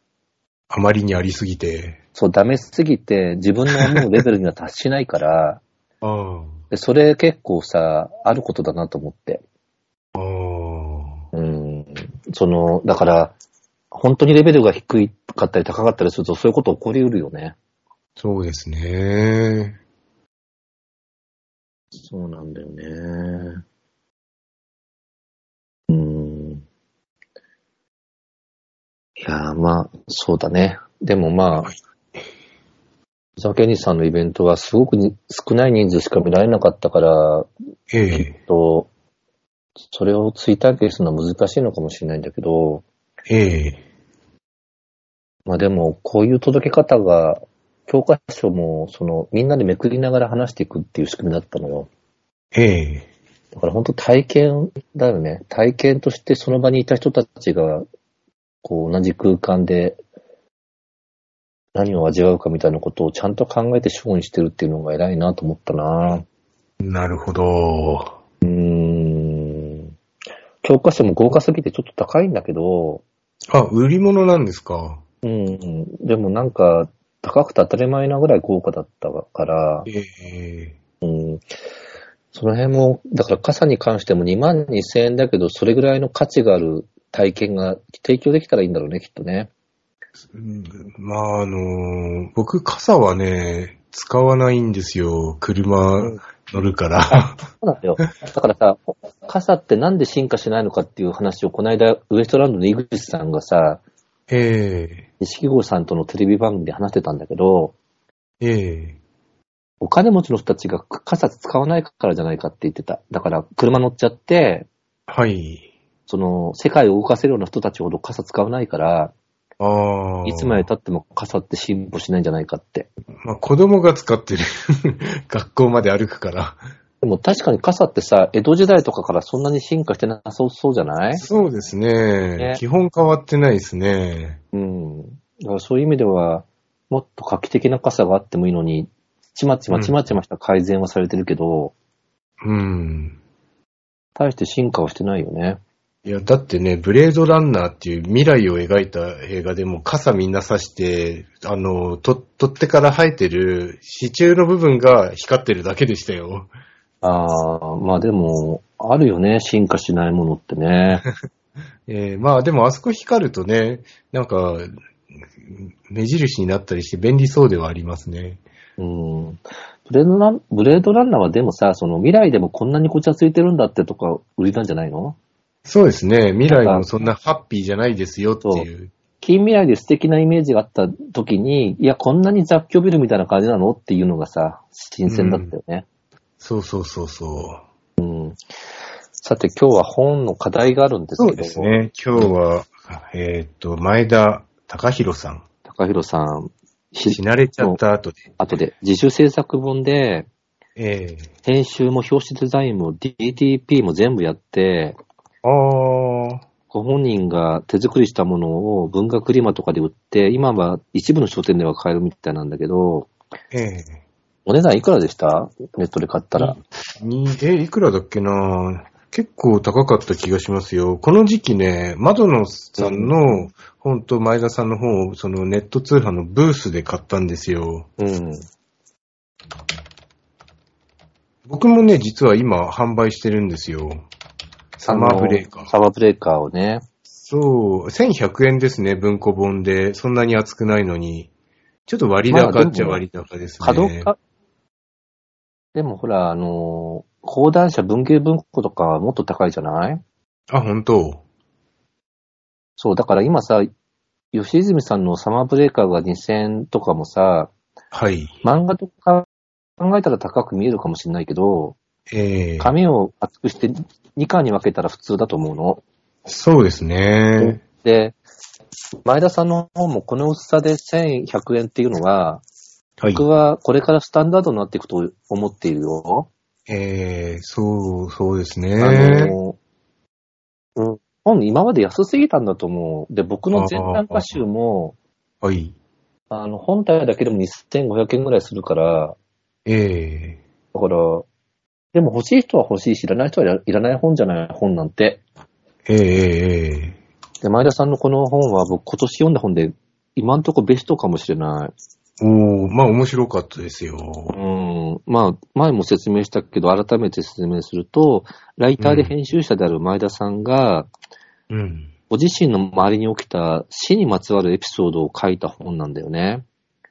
Speaker 2: あまりにありすぎて。
Speaker 1: そう、ダメすぎて、自分の思うレベルには達しないから、
Speaker 2: ああ。
Speaker 1: でそれ結構さ、あることだなと思って。
Speaker 2: ああ。
Speaker 1: うん。その、だから、本当にレベルが低かったり高かったりすると、そういうこと起こりうるよね。
Speaker 2: そうですね。
Speaker 1: そうなんだよね。うん。いやーまあ、そうだね。でもまあ
Speaker 2: はい、
Speaker 1: ザケニさんのイベントはすごくに少ない人数しか見られなかったから、
Speaker 2: ええ、
Speaker 1: と、それを追体験するのは難しいのかもしれないんだけど、
Speaker 2: ええ、
Speaker 1: まあでも、こういう届け方が、教科書も、その、みんなでめくりながら話していくっていう仕組みだったのよ。
Speaker 2: ええ、
Speaker 1: だから本当体験だよね。体験としてその場にいた人たちが、こう同じ空間で何を味わうかみたいなことをちゃんと考えて賞にしてるっていうのが偉いなと思ったな
Speaker 2: なるほど。
Speaker 1: うーん。教科書も豪華すぎてちょっと高いんだけど、
Speaker 2: あ、売り物なんですか。
Speaker 1: うん。でもなんか、高くて当たり前なぐらい豪華だったから、
Speaker 2: ええ、
Speaker 1: うんその辺も、だから傘に関しても2万2千円だけど、それぐらいの価値がある体験が提供できたらいいんだろうね、きっとね。
Speaker 2: うんまあ、あのー僕、傘はね、使わないんですよ。車乗るから。
Speaker 1: そうなんだよ。だからさ、傘ってなんで進化しないのかっていう話を、この間、ウエストランドの井口さんがさ、
Speaker 2: え
Speaker 1: 錦鯉さんとのテレビ番組で話してたんだけど、
Speaker 2: え、ええ、
Speaker 1: お金持ちの人たちが傘使わないからじゃないかって言ってた。だから、車乗っちゃって、
Speaker 2: はい。
Speaker 1: その、世界を動かせるような人たちほど傘使わないから、
Speaker 2: ああ。
Speaker 1: いつまで経っても傘って進歩しないんじゃないかって。
Speaker 2: まあ、子供が使ってる 学校まで歩くから。
Speaker 1: でも確かに傘ってさ、江戸時代とかからそんなに進化してなさそうじゃない
Speaker 2: そうですね。
Speaker 1: ね
Speaker 2: 基本変わってないですね。
Speaker 1: うん。だからそういう意味では、もっと画期的な傘があってもいいのに、ちまちまちまちました改善はされてるけど、
Speaker 2: うん。
Speaker 1: 大して進化はしてないよね。
Speaker 2: いや、だってね、ブレードランナーっていう未来を描いた映画でも傘みんな差して、あの、と、取ってから生えてる支柱の部分が光ってるだけでしたよ。
Speaker 1: ああ、まあでも、あるよね、進化しないものって ね。
Speaker 2: えーまあでもあそこ光るとね、なんか、目印になったりして便利そうではありますね。
Speaker 1: うん。ブレードラン、ブレードランナーはでもさ、その未来でもこんなにごちゃついてるんだってとか売りなんじゃないの
Speaker 2: そうですね。未来もそんなハッピーじゃないですよっていう。
Speaker 1: 近未来で素敵なイメージがあった時に、いや、こんなに雑居ビルみたいな感じなのっていうのがさ、新鮮だったよね。
Speaker 2: そうそうそうそう。
Speaker 1: さて、今日は本の課題があるんです
Speaker 2: そう
Speaker 1: けど、
Speaker 2: ですね。今日は、えーっと、前田隆弘さん。
Speaker 1: 高弘さん、し
Speaker 2: 死なれちゃった後で。
Speaker 1: 後で自主制作本で、
Speaker 2: ええ
Speaker 1: 編集も表紙デザインも DDP も全部やって、
Speaker 2: ああ。
Speaker 1: ご本人が手作りしたものを文学リマとかで売って、今は一部の書店では買えるみたいなんだけど、
Speaker 2: ええ
Speaker 1: お値段いくらでしたネットで買ったら。
Speaker 2: にえ、いくらだっけな結構高かった気がしますよ。この時期ね、窓野さんの本と前田さんの本を、そのネット通販のブースで買ったんですよ。
Speaker 1: うん。
Speaker 2: 僕もね、実は今販売してるんですよ。サマーブレイカ
Speaker 1: あ
Speaker 2: ー
Speaker 1: の。サマーブレイカーをね。
Speaker 2: そう、1100円ですね、文庫本で。そんなに厚くないのに。ちょっと割高っちゃ割高ですね。
Speaker 1: 角か、でもほら、あのー、講談社文芸文庫とかはもっと高いじゃない
Speaker 2: あ、本当
Speaker 1: そう、だから今さ、吉泉さんのサマーブレイカーが2000とかもさ、
Speaker 2: はい。
Speaker 1: 漫画とか考えたら高く見えるかもしれないけど、
Speaker 2: ええ
Speaker 1: 紙を厚くして2巻に分けたら普通だと思うの。
Speaker 2: そうですね。
Speaker 1: で、前田さんの方もこの薄さで1100円っていうのは、
Speaker 2: はい。
Speaker 1: 僕はこれからスタンダードになっていくと思っているよ。
Speaker 2: ええそう、そうですね。
Speaker 1: あの、うん、本今まで安すぎたんだと思う。で、僕の全単価集も、
Speaker 2: はい。
Speaker 1: あの、本体だけでも2500円ぐらいするから、
Speaker 2: ええ
Speaker 1: だから、でも欲しい人は欲しいし、いらない人はいらない本じゃない本なんて。
Speaker 2: ええええ
Speaker 1: で、前田さんのこの本は僕今年読んだ本で、今んとこベストかもしれない。
Speaker 2: おー、まあ面白かったですよ。
Speaker 1: うん。まあ、前も説明したけど、改めて説明すると、ライターで編集者である前田さんが、
Speaker 2: うん。
Speaker 1: ご自身の周りに起きた死にまつわるエピソードを書いた本なんだよね。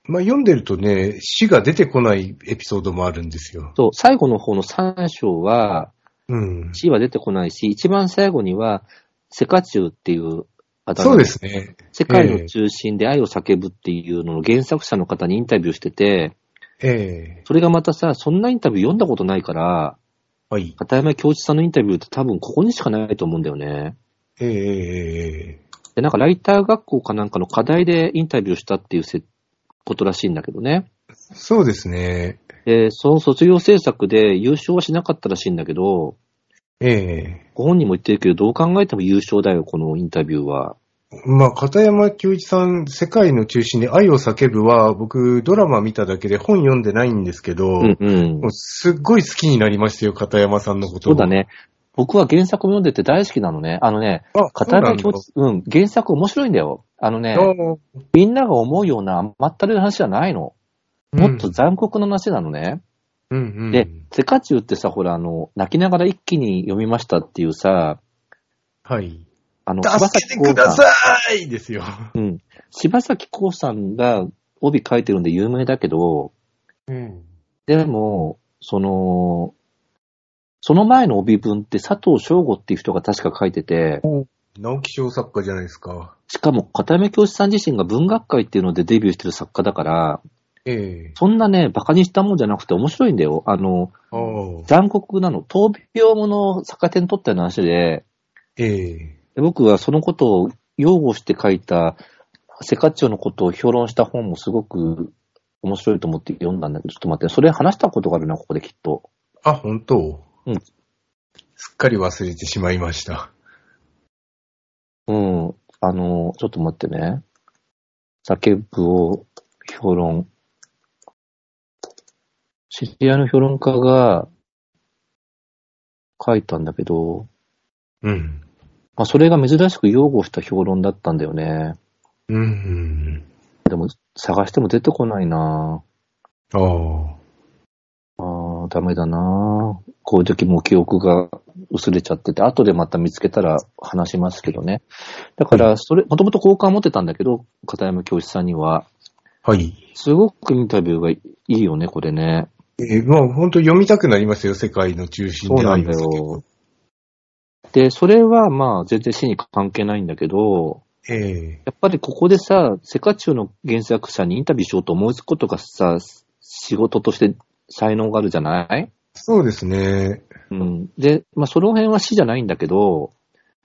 Speaker 2: まあ読んでるとね、死が出てこないエピソードもあるんですよ。
Speaker 1: そう、最後の方の3章は、
Speaker 2: うん。
Speaker 1: 死は出てこないし、一番最後には、セカチュウっていう方
Speaker 2: そう
Speaker 1: が
Speaker 2: ですね。
Speaker 1: 世界の中心で愛を叫ぶっていうのの原作者の方にインタビューしてて、
Speaker 2: ええ
Speaker 1: それがまたさ、そんなインタビュー読んだことないから、
Speaker 2: はい。
Speaker 1: 片山教一さんのインタビューって多分ここにしかないと思うんだよね。
Speaker 2: えええええ
Speaker 1: で、なんかライター学校かなんかの課題でインタビューしたっていうせことらしいんだけどね。
Speaker 2: えそうですね。
Speaker 1: で、その卒業制作で優勝はしなかったらしいんだけど、
Speaker 2: ええ
Speaker 1: ご本人も言ってるけど、どう考えても優勝だよ、このインタビューは。
Speaker 2: まあ、片山久一さん、世界の中心で愛を叫ぶは、僕、ドラマ見ただけで本読んでないんですけど、
Speaker 1: うんうん
Speaker 2: も。うすっごい好きになりましたよ、片山さんのこと
Speaker 1: そうだ
Speaker 2: ね。
Speaker 1: ね。僕は原作も読んでて大好きなのね。あのね、
Speaker 2: あ、
Speaker 1: 片山教
Speaker 2: 教
Speaker 1: 一、うん、原作面白いんだよ。あのね、みんなが思うような甘ったるい話じゃないの。もっと残酷な話なのね。
Speaker 2: うんうん、
Speaker 1: で、セカチュウってさ、ほら、あの、泣きながら一気に読みましたっていうさ、
Speaker 2: はい。
Speaker 1: あの、
Speaker 2: 助けて
Speaker 1: 浩
Speaker 2: くだ
Speaker 1: さ
Speaker 2: さいですよ。
Speaker 1: ん。うん。柴崎ウさんが帯書いてるんで有名だけど、
Speaker 2: うん。
Speaker 1: でも、その、その前の帯文って佐藤翔吾っていう人が確か書いてて、
Speaker 2: 直木賞作家じゃないですか。
Speaker 1: しかも片目教師さん自身が文学界っていうのでデビューしてる作家だから、
Speaker 2: ええ
Speaker 1: そんなね、馬鹿にしたもんじゃなくて面白いんだよ。あの、
Speaker 2: ああ。
Speaker 1: 残酷なの。闘病もの逆手にとったような話で、
Speaker 2: ええ
Speaker 1: で僕はそのことを擁護して書いた、セカチオのことを評論した本もすごく面白いと思って読んだんだけど、ちょっと待って、それ話したことがあるな、ここできっと。
Speaker 2: あ、本当
Speaker 1: うん。
Speaker 2: すっかり忘れてしまいました。
Speaker 1: うん。あの、ちょっと待ってね。叫ぶを評論。知り合いの評論家が書いたんだけど、
Speaker 2: うん。
Speaker 1: まあ、それが珍しく擁護した評論だったんだよね。
Speaker 2: うんうん。
Speaker 1: でも、探しても出てこないな
Speaker 2: ああ。
Speaker 1: あーダメだなこういう時もう記憶が薄れちゃってて、後でまた見つけたら話しますけどね。だから、それ、もともと好感持ってたんだけど、片山教師さんには。
Speaker 2: はい。
Speaker 1: すごくインタビューがいいよね、これね。
Speaker 2: ええまあ、本当読みたくなりましたよ、世界の中心
Speaker 1: そう
Speaker 2: で
Speaker 1: な
Speaker 2: 愛
Speaker 1: ん
Speaker 2: を
Speaker 1: だ
Speaker 2: 叫ぶ。
Speaker 1: よ。で、それはまあ全然死に関係ないんだけど、
Speaker 2: ええ
Speaker 1: やっぱりここでさ、世界中の原作者にインタビューしようと思いつくことがさ、仕事として才能があるじゃない
Speaker 2: そうですね。
Speaker 1: うん。で、まあその辺は死じゃないんだけど、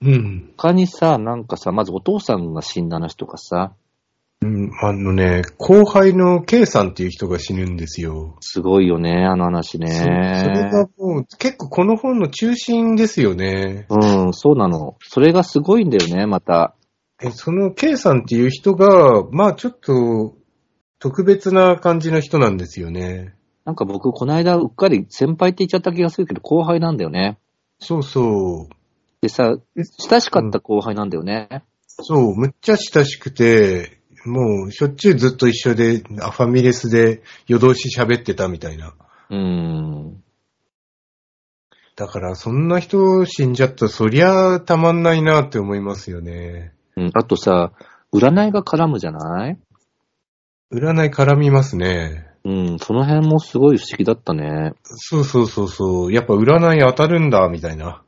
Speaker 2: うん。
Speaker 1: 他にさ、なんかさ、まずお父さんが死んだ話とかさ、
Speaker 2: うん、あのね、後輩の K さんっていう人が死ぬんですよ。
Speaker 1: すごいよね、あの話
Speaker 2: そそれ
Speaker 1: ね。
Speaker 2: がもう結構この本の中心ですよね。
Speaker 1: うん、そうなの。それがすごいんだよね、また。
Speaker 2: えその K さんっていう人が、まあちょっと特別な感じの人なんですよね。
Speaker 1: なんか僕、この間、うっかり先輩って言っちゃった気がするけど、後輩なんだよね。
Speaker 2: そうそう。
Speaker 1: でさ、
Speaker 2: え
Speaker 1: 親しかった後輩なんだよね。
Speaker 2: そう、むっちゃ親しくて、もうしょっちゅうずっと一緒で、あファミレスで夜通し喋ってたみたいな。
Speaker 1: うん。
Speaker 2: だからそんな人死んじゃったらそりゃたまんないなって思いますよね。
Speaker 1: うん、あとさ、占いが絡むじゃない
Speaker 2: 占い絡みますね。
Speaker 1: うん、その辺もすごい不思議だったね。
Speaker 2: そうそうそうそう。やっぱ占い当たるんだ、みたいな。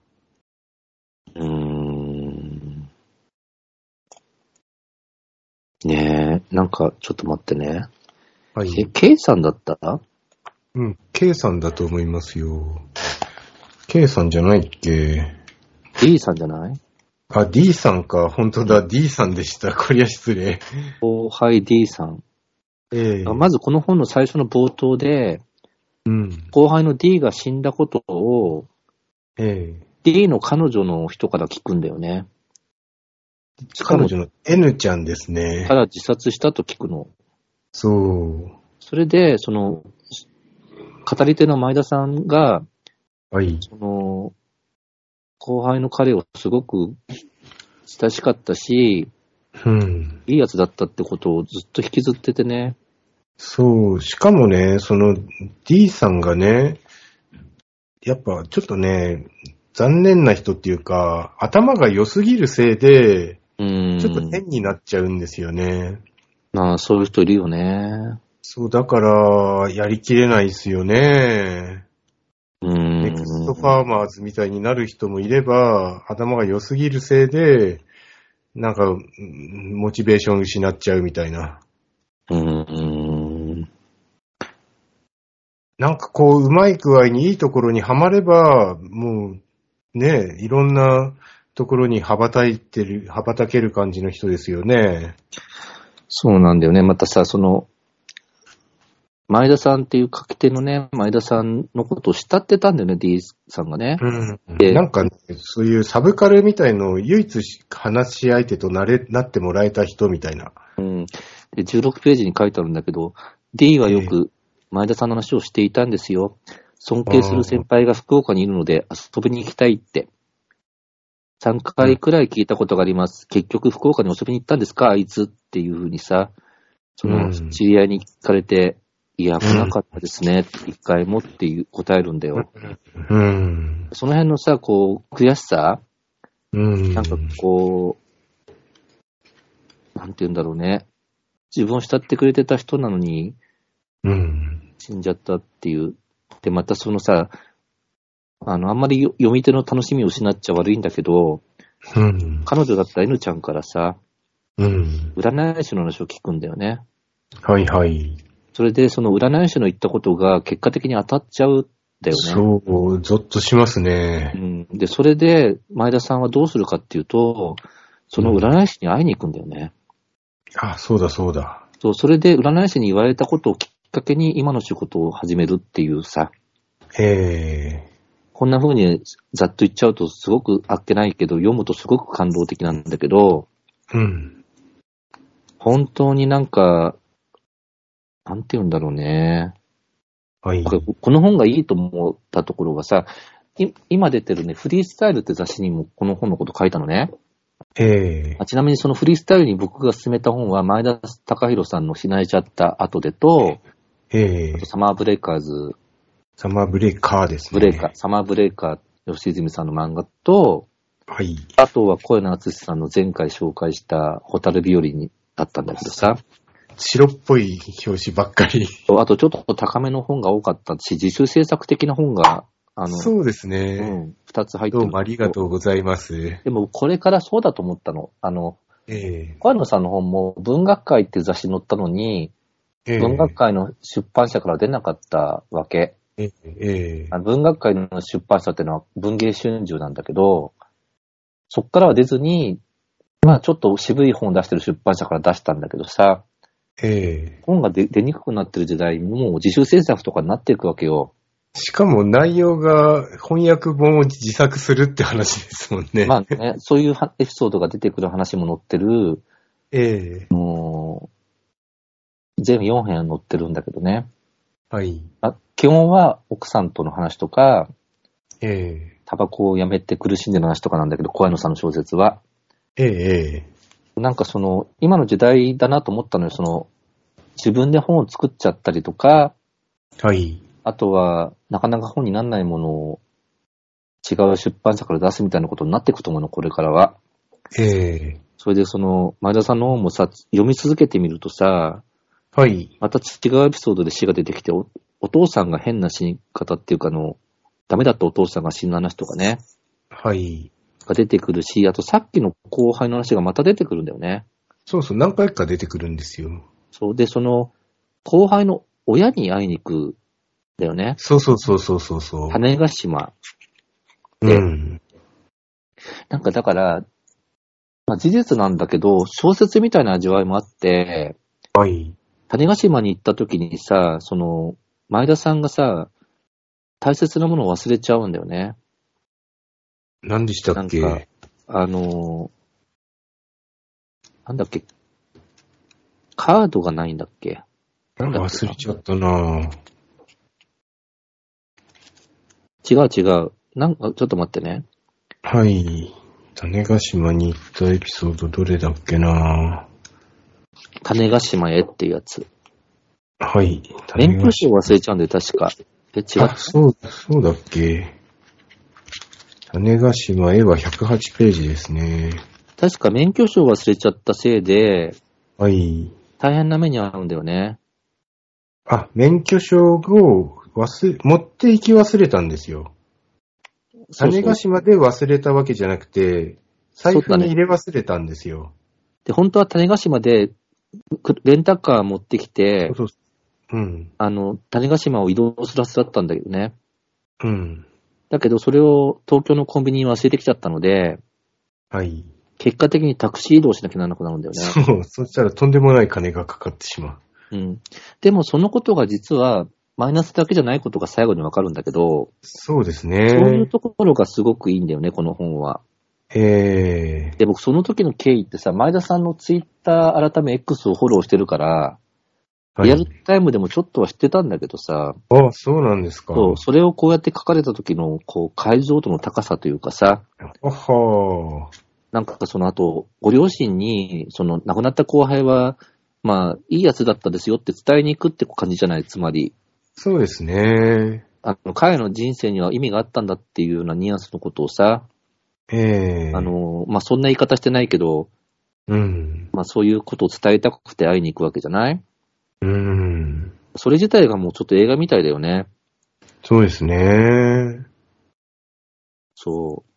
Speaker 1: うん。ねえ、なんか、ちょっと待ってね。
Speaker 2: は
Speaker 1: え、
Speaker 2: い。
Speaker 1: K さんだった
Speaker 2: うん。K さんだと思いますよ。K さんじゃないっけ
Speaker 1: ?D さんじゃない
Speaker 2: あ、D さんか。本当だ。D さんでした。こりゃ失礼。
Speaker 1: 後輩 D さん。
Speaker 2: ええ
Speaker 1: まずこの本の最初の冒頭で、
Speaker 2: うん。
Speaker 1: 後輩の D が死んだことを、
Speaker 2: ええ
Speaker 1: D の彼女の人から聞くんだよね。しか
Speaker 2: 彼
Speaker 1: も、
Speaker 2: 女の N ちゃんですね
Speaker 1: た。だ自殺したと聞くの。
Speaker 2: そう。
Speaker 1: それで、その、語り手の前田さんが、
Speaker 2: はい。
Speaker 1: その、後輩の彼をすごく親しかったし、
Speaker 2: うん。
Speaker 1: いいやつだったってことをずっと引きずっててね。
Speaker 2: そう。しかもね、その D さんがね、やっぱちょっとね、残念な人っていうか、頭が良すぎるせいで、
Speaker 1: うん。
Speaker 2: ちょっと変になっちゃうんですよね。
Speaker 1: まあ、そういう人いるよね。
Speaker 2: そう、だから、やりきれないですよね。
Speaker 1: うん。
Speaker 2: ネクストファーマーズみたいになる人もいれば、頭が良すぎるせいで、なんか、うんモチベーション失っちゃうみたいな。
Speaker 1: うーん。
Speaker 2: なんかこう、うまい具合にいいところにはまれば、もう、ねえ、いろんなところに羽ばたいてる、羽ばたける感じの人ですよね。
Speaker 1: そうなんだよね。またさ、その、前田さんっていう書き手のね、前田さんのことを慕ってたんだよね、D さんがね。
Speaker 2: うん。
Speaker 1: で
Speaker 2: なんかね、そういうサブカルみたいのを唯一し話し相手となれ、なってもらえた人みたいな。
Speaker 1: うん。で、16ページに書いてあるんだけど、D はよく前田さんの話をしていたんですよ。尊敬する先輩が福岡にいるので遊びに行きたいって。3回くらい聞いたことがあります。結局福岡に遊びに行ったんですかあいつっていうふうにさ、そうの
Speaker 2: ん
Speaker 1: 知り合いに聞かれて、いや、来なかったですね。一回もっていう答えるんだよ。
Speaker 2: うん。
Speaker 1: その辺のさ、こう、悔しさ
Speaker 2: うん。
Speaker 1: なんかこう、なんて言うんだろうね。自分を慕ってくれてた人なのに
Speaker 2: うん。
Speaker 1: 死んじゃったっていう。で、またそのさ、あの、あんまりよ読み手の楽しみを失っちゃ悪いんだけど、
Speaker 2: うん。
Speaker 1: 彼女だった N ちゃんからさ、
Speaker 2: うん。
Speaker 1: 占い師の話を聞くんだよね。
Speaker 2: はいはい。
Speaker 1: それでその占い師の言ったことが結果的に当たっちゃうんだよね。
Speaker 2: そう、ゾッとします
Speaker 1: う
Speaker 2: ね。
Speaker 1: ん。で、それで前田さんはどうするかっていうと、その占い師に会いに行くんだよね。
Speaker 2: あ、そうだそうだ。
Speaker 1: そう、それで占い師に言われたことをきっかけに今の仕事を始めるっていうさ、
Speaker 2: え
Speaker 1: こんな風にざっと言っちゃうとすごくあっけないけど、読むとすごく感動的なんだけど、
Speaker 2: えうん。
Speaker 1: 本当になんか、なんて言うんだろうね。
Speaker 2: はい。
Speaker 1: これこの本がいいと思ったところがさ、い今出てるね、フリースタイルって雑誌にもこの本のこと書いたのね。
Speaker 2: ええ
Speaker 1: あちなみにそのフリースタイルに僕が勧めた本は、前田隆弘さんのしなえちゃった後でと、
Speaker 2: ええ
Speaker 1: あとサマーブレイカーズ
Speaker 2: サマーブレイカーですね。
Speaker 1: ブレイカー、サマーブレイカー、吉泉さんの漫画と、
Speaker 2: はい。
Speaker 1: あとは小柳敦さんの前回紹介したホタル日和にだったんだけどさ、
Speaker 2: 白っぽい表紙ばっかり。
Speaker 1: あとちょっと高めの本が多かったし、自主制作的な本が、あの、
Speaker 2: そうです
Speaker 1: う
Speaker 2: ね。
Speaker 1: ん、二つ入って
Speaker 2: ど
Speaker 1: る
Speaker 2: うもありがとうございます。
Speaker 1: でもこれからそうだと思ったの。あの、
Speaker 2: ええ
Speaker 1: 小柳さんの本も文学界っていう雑誌に載ったのに、
Speaker 2: ええ
Speaker 1: 文学界の出版社から出なかったわけ。
Speaker 2: ええええ
Speaker 1: あの文学界の出版社っていうのは文芸春秋なんだけど、そっからは出ずに、まあちょっと渋い本を出してる出版社から出したんだけどさ、
Speaker 2: ええ
Speaker 1: 本が出出にくくなってる時代、もう自主制作とかになっていくわけよ。
Speaker 2: しかも内容が翻訳本を自作するって話ですもんね。
Speaker 1: まあね、そういうはエピソードが出てくる話も載ってる、
Speaker 2: ええ
Speaker 1: もう、全部4編載ってるんだけどね。
Speaker 2: はい。
Speaker 1: あ基本は奥さんとの話とか、
Speaker 2: ええ
Speaker 1: タバコをやめて苦しんでる話とかなんだけど、小屋野さんの小説は。
Speaker 2: ええ
Speaker 1: なんかその、今の時代だなと思ったのよ、その、自分で本を作っちゃったりとか、
Speaker 2: はい。
Speaker 1: あとは、なかなか本にならないものを、違う出版社から出すみたいなことになっていくと思うの、これからは。
Speaker 2: ええ
Speaker 1: それでその、前田さんの本もさ、読み続けてみるとさ、
Speaker 2: はい。
Speaker 1: また違うエピソードで詩が出てきて、おお父さんが変な死に方っていうかあの、ダメだったお父さんが死ぬ話とかね、
Speaker 2: はい。
Speaker 1: が出てくるし、あとさっきの後輩の話がまた出てくるんだよね。
Speaker 2: そうそう、何回か出てくるんですよ。
Speaker 1: そう。で、その、後輩の親に会いに行くんだよね。
Speaker 2: そうそうそうそうそうそう。
Speaker 1: 種ヶ島。
Speaker 2: うん。
Speaker 1: なんかだから、まあ、事実なんだけど、小説みたいな味わいもあって、
Speaker 2: はい。
Speaker 1: 種ヶ島に行った時にさ、その、前田さんがさ、大切なものを忘れちゃうんだよね。
Speaker 2: 何でしたっけ
Speaker 1: なんかあのー、なんだっけ、カードがないんだっけ。
Speaker 2: なんか忘れちゃったなぁ。
Speaker 1: 違う違う。なんか、ちょっと待ってね。
Speaker 2: はい。種ヶ島に行ったエピソードどれだっけな
Speaker 1: 種ヶ島へっていうやつ。
Speaker 2: ぁ。はい。種
Speaker 1: 免許
Speaker 2: ヶ
Speaker 1: 証
Speaker 2: 島。
Speaker 1: 忘れちゃうんで、確か。え、違う
Speaker 2: あ、。そう、そうだっけ。種ヶ島絵は108ページですね。
Speaker 1: 確か免許証忘れちゃったせいで、
Speaker 2: はい。
Speaker 1: 大変な目に遭うんだよね。
Speaker 2: あ、免許証を忘れ、持って行き忘れたんですよ。
Speaker 1: そうそう
Speaker 2: 種ヶ島で忘れたわけじゃなくて、財
Speaker 1: そうだ
Speaker 2: 布
Speaker 1: ね
Speaker 2: に入れ忘れたんですよ。
Speaker 1: で、本当は種子島で、くレンタカー持ってきて
Speaker 2: そう、そううん。
Speaker 1: あの、種子島を移動するはずだったんだけどね。
Speaker 2: うん。
Speaker 1: だけど、それを東京のコンビニに忘れてきちゃったので、
Speaker 2: はい。
Speaker 1: 結果的にタクシー移動しなきゃならなくなるんだよね。
Speaker 2: そう。そしたらとんでもない金がかかってしま
Speaker 1: う
Speaker 2: う。
Speaker 1: ん。でも、そのことが実は、マイナスだけじゃないことが最後にわかるんだけど、
Speaker 2: そうですね。
Speaker 1: そういうところがすごくいいんだよね、この本は。
Speaker 2: ええ
Speaker 1: で、僕、その時の経緯ってさ、前田さんのツイッター改め X をフォローしてるから、
Speaker 2: はい
Speaker 1: リアルタイムでもちょっとは知ってたんだけどさ、
Speaker 2: あ、そうなんですか。
Speaker 1: そう、それをこうやって書かれた時の、こう、解像度の高さというかさ、
Speaker 2: あはー
Speaker 1: なんかその後、ご両親に、その亡くなった後輩は、まあ、いいやつだったですよって伝えに行くって感じじゃない、つまり。
Speaker 2: そうですね。
Speaker 1: あの、彼の人生には意味があったんだっていうようなニュアンスのことをさ、
Speaker 2: ええ
Speaker 1: あ、の、まあ、そんな言い方してないけど、
Speaker 2: うん。
Speaker 1: まあ、そういうことを伝えたくて会いに行くわけじゃない
Speaker 2: うん。
Speaker 1: それ自体がもうちょっと映画みたいだよね。
Speaker 2: そうですね。
Speaker 1: そう。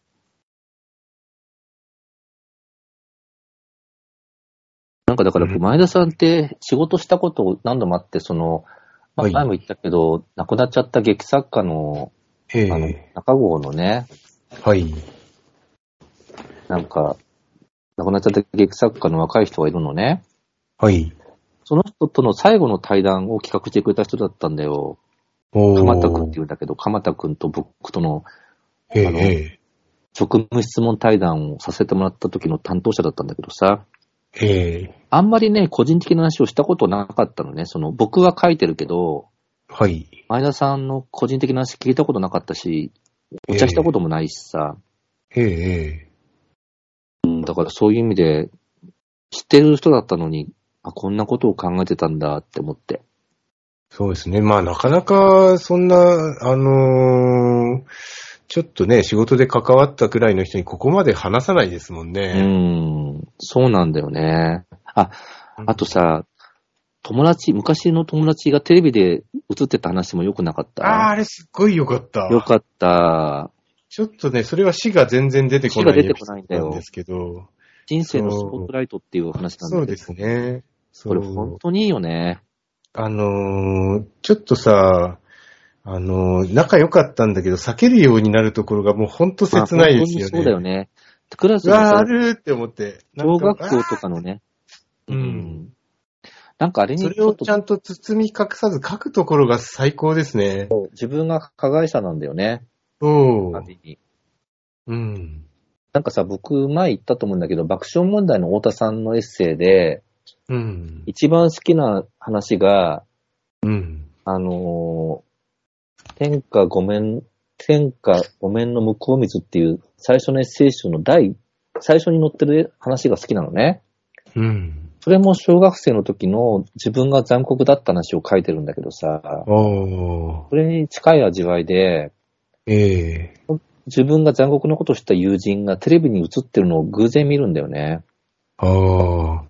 Speaker 1: なんかだから、
Speaker 2: うん
Speaker 1: 前田さんって仕事したこと何度もあって、その、まあ
Speaker 2: はい
Speaker 1: 前も言ったけど、亡くなっちゃった劇作家の、
Speaker 2: ええ
Speaker 1: あの、中郷のね、
Speaker 2: はい。
Speaker 1: なんか、亡くなっちゃった劇作家の若い人がいるのね。
Speaker 2: はい。
Speaker 1: その人との最後の対談を企画してくれた人だったんだよ。
Speaker 2: おー
Speaker 1: 鎌田くんって言うんだけど、鎌田くんと僕との
Speaker 2: ええ
Speaker 1: あの
Speaker 2: え
Speaker 1: 職務質問対談をさせてもらった時の担当者だったんだけどさ。
Speaker 2: えええ
Speaker 1: あんまりね、個人的な話をしたことなかったのね。その、僕は書いてるけど、
Speaker 2: はい。
Speaker 1: 前田さんの個人的な話聞いたことなかったし、お茶したこともないしさ、
Speaker 2: ええええ
Speaker 1: うんだからそういう意味で、知ってる人だったのに、あ、こんなことを考えてたんだって思って。
Speaker 2: そうですね。まあ、なかなか、そんな、あのーちょっとね、仕事で関わったくらいの人にここまで話さないですもん
Speaker 1: う
Speaker 2: ね。
Speaker 1: ん、そうなんだよね。あ、あとさ、友達、昔の友達がテレビで映ってた話も良くなかっ
Speaker 2: ああ、
Speaker 1: た。
Speaker 2: あれすっごい良かった。
Speaker 1: 良かった。
Speaker 2: ちょっとね、それは死が全然出てこない
Speaker 1: 死が出てこないんだよ
Speaker 2: エピソードなんですけど。
Speaker 1: 人生のスポットライトっていう話なんだけど。
Speaker 2: そうです。ね。そ
Speaker 1: これ
Speaker 2: う
Speaker 1: 本。当にいいよね。
Speaker 2: あのーちょっとさ、あのー仲良かったんだけど、避けるようになるところがもう本当切ないですよね。
Speaker 1: まあ本当にそうだよね。クラス
Speaker 2: う
Speaker 1: の
Speaker 2: わー、あ
Speaker 1: さ
Speaker 2: るって思って。なんか
Speaker 1: 小学校と
Speaker 2: あ
Speaker 1: かのね、
Speaker 2: ーうん。
Speaker 1: なんかあれに
Speaker 2: そ
Speaker 1: ち
Speaker 2: れ
Speaker 1: ょ
Speaker 2: を
Speaker 1: っと
Speaker 2: ちゃんと包み隠さず書くところが最高ですね。
Speaker 1: 自分が加害者なんだよね。
Speaker 2: お
Speaker 1: 完
Speaker 2: う。
Speaker 1: 全に
Speaker 2: うん。
Speaker 1: なんかさ、僕前言ったと思うんだけど、爆笑問題の太田さんのエッセイで、
Speaker 2: うん。
Speaker 1: 一番好きな話が、
Speaker 2: うん。
Speaker 1: あのー天下ごめん、天下ごめんの向こう水っていう最初のエッセイ集の第、最初に載ってる話が好きなのね。
Speaker 2: うん。
Speaker 1: それも小学生の時の自分が残酷だった話を書いてるんだけどさ、
Speaker 2: おー。
Speaker 1: それに近い味わいで、
Speaker 2: ええ
Speaker 1: 自分が残酷なことをした友人がテレビに映ってるのを偶然見るんだよね。
Speaker 2: ああ。
Speaker 1: 本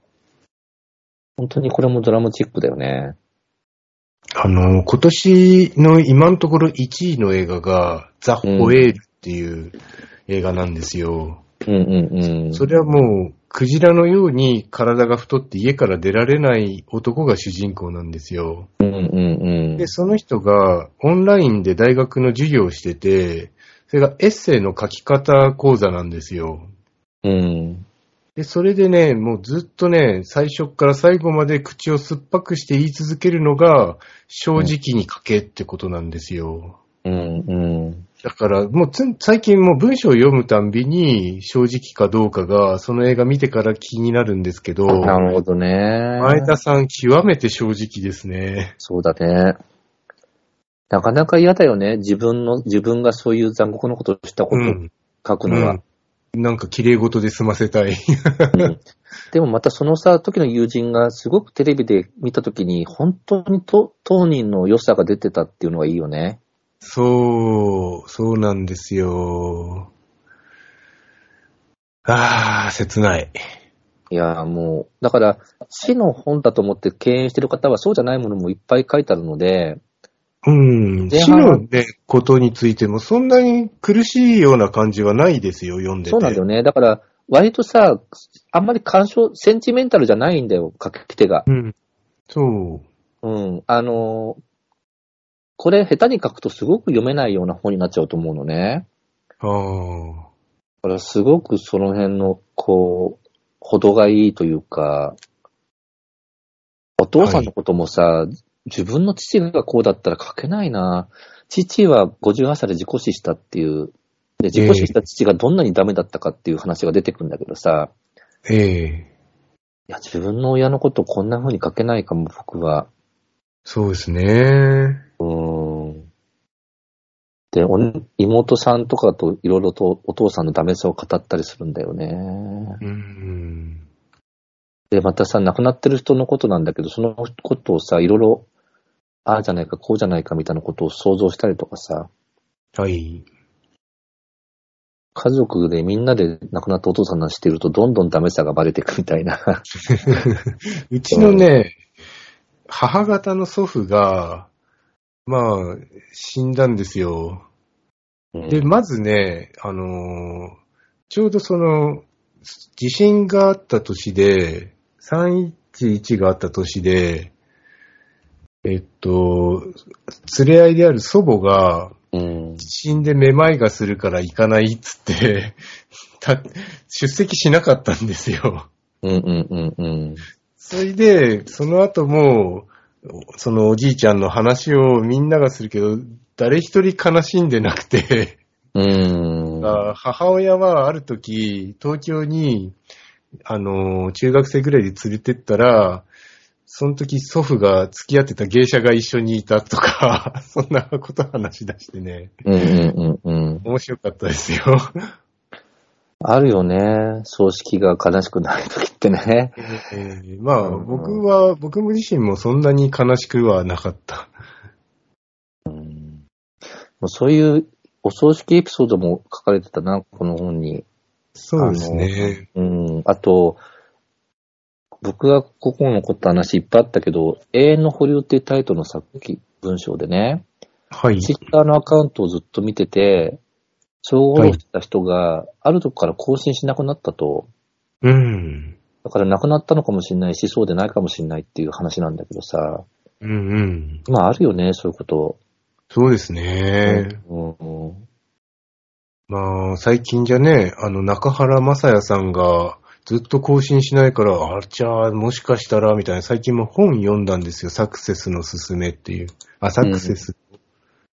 Speaker 1: 当にこれもドラマチックだよね。
Speaker 2: あの、今年の今のところ1位の映画が、ザ・ホエールっていう映画なんですよ。
Speaker 1: うんうんうん。
Speaker 2: それはもう、クジラのように体が太って家から出られない男が主人公なんですよ。
Speaker 1: うんうんうん
Speaker 2: で、。その人がオンラインで大学の授業をしてて、それがエッセイの書き方講座なんですよ。
Speaker 1: うん。
Speaker 2: で、それでね、もうずっとね、最初から最後まで口を酸っぱくして言い続けるのが、正直に書けってことなんですよ。
Speaker 1: うんうん。
Speaker 2: だから、もうつん最近もう文章を読むたんびに、正直かどうかが、その映画見てから気になるんですけど、
Speaker 1: なるほどね。
Speaker 2: 前田さん極めて正直ですね。
Speaker 1: そうだね。なかなか嫌だよね。自分の、自分がそういう残酷なことをしたこ
Speaker 2: う
Speaker 1: とを
Speaker 2: ん。
Speaker 1: 書く
Speaker 2: う
Speaker 1: のは。
Speaker 2: ん。なんか綺麗事で済ませ
Speaker 1: う
Speaker 2: たい。
Speaker 1: ん でもまたそのさ、時の友人がすごくテレビで見た時に、本当にと当人の良さが出てたっていうのがいいよね。
Speaker 2: そう、そうなんですよ。ああ、切ない。
Speaker 1: いやー、もう、だから、死の本だと思って敬遠してる方は、そうじゃないものもいっぱい書いてあるので、
Speaker 2: うん。
Speaker 1: 前
Speaker 2: 死
Speaker 1: 半は
Speaker 2: のね、ことについてもそんなに苦しいような感じはないですよ、読んでて。
Speaker 1: そうなんだよね。だから、割とさ、あんまり干渉、センチメンタルじゃないんだよ、書き手が。
Speaker 2: うん。そう。
Speaker 1: うん。あのーこれ下手に書くとすごく読めないような本になっちゃうと思うのね。
Speaker 2: あ
Speaker 1: だからすごくその辺の、こう、程がいいというか、お父さんのこともさ、自分の父がこうだったら書けないな。父は58歳で自己死したっていう、で、自己死した父がどんなにダメだったかっていう話が出てくるんだけどさ、
Speaker 2: あ。ええ。
Speaker 1: いや、自分の親のことこんな風に書けないかも、僕は。
Speaker 2: そうですね。
Speaker 1: うーん。で、お妹さんとかといろいろとお父さんのダメさを語ったりするんだよね。
Speaker 2: うん。
Speaker 1: で、またさ、亡くなってる人のことなんだけど、そのことをさ、いろいろ、ああじゃないか、こうじゃないかみたいなことを想像したりとかさ、
Speaker 2: はい。
Speaker 1: 家族でみんなで亡くなったお父さんの話してると、どんどんダメさがバレてくみたいな。
Speaker 2: うちのね、母方の祖父が、まあ、死んだんですよ。で、まずね、あのーちょうどその、地震があった年で、311があった年で、えっと、連れ合いである祖母が、
Speaker 1: うん。
Speaker 2: 地震でめまいがするから行かないっつって、 た出席しなかったんですよ。
Speaker 1: うんうんうんうん。
Speaker 2: それで、その後も、そのおじいちゃんの話をみんながするけど、誰一人悲しんでなくて、
Speaker 1: うん。
Speaker 2: あ母親はある時、東京に、あの、中学生ぐらいで連れてったら、その時祖父が付き合ってた芸者が一緒にいたとか、 そんなこと話し出してね、
Speaker 1: うんうんうんうん。
Speaker 2: 面白かったですよ。
Speaker 1: あるよね。葬式が悲しくない時ってね。
Speaker 2: えーまあ、
Speaker 1: うん
Speaker 2: 僕は、僕も自身もそんなに悲しくはなかった。
Speaker 1: もうそういうお葬式エピソードも書かれてたな、この本に。
Speaker 2: そうですね。
Speaker 1: うん。あと、僕がここに残った話いっぱいあったけど、永遠の保留っていうタイトルのさっき文章でね、
Speaker 2: はい。
Speaker 1: ツイッターのアカウントをずっと見てて、総合してた人が、あるとこから更新しなくなったと、
Speaker 2: うん。
Speaker 1: だから亡くなったのかもしれないし、そうでないかもしれないっていう話なんだけどさ、
Speaker 2: うんうん。
Speaker 1: まああるよね、そういうこと。
Speaker 2: そうですね。
Speaker 1: うんうん
Speaker 2: まあ、最近じゃね、あの、中原正也さんがずっと更新しないから、あじゃあ、もしかしたら、みたいな、最近も本読んだんですよ。サクセスのすすめっていう。あ、サクセスの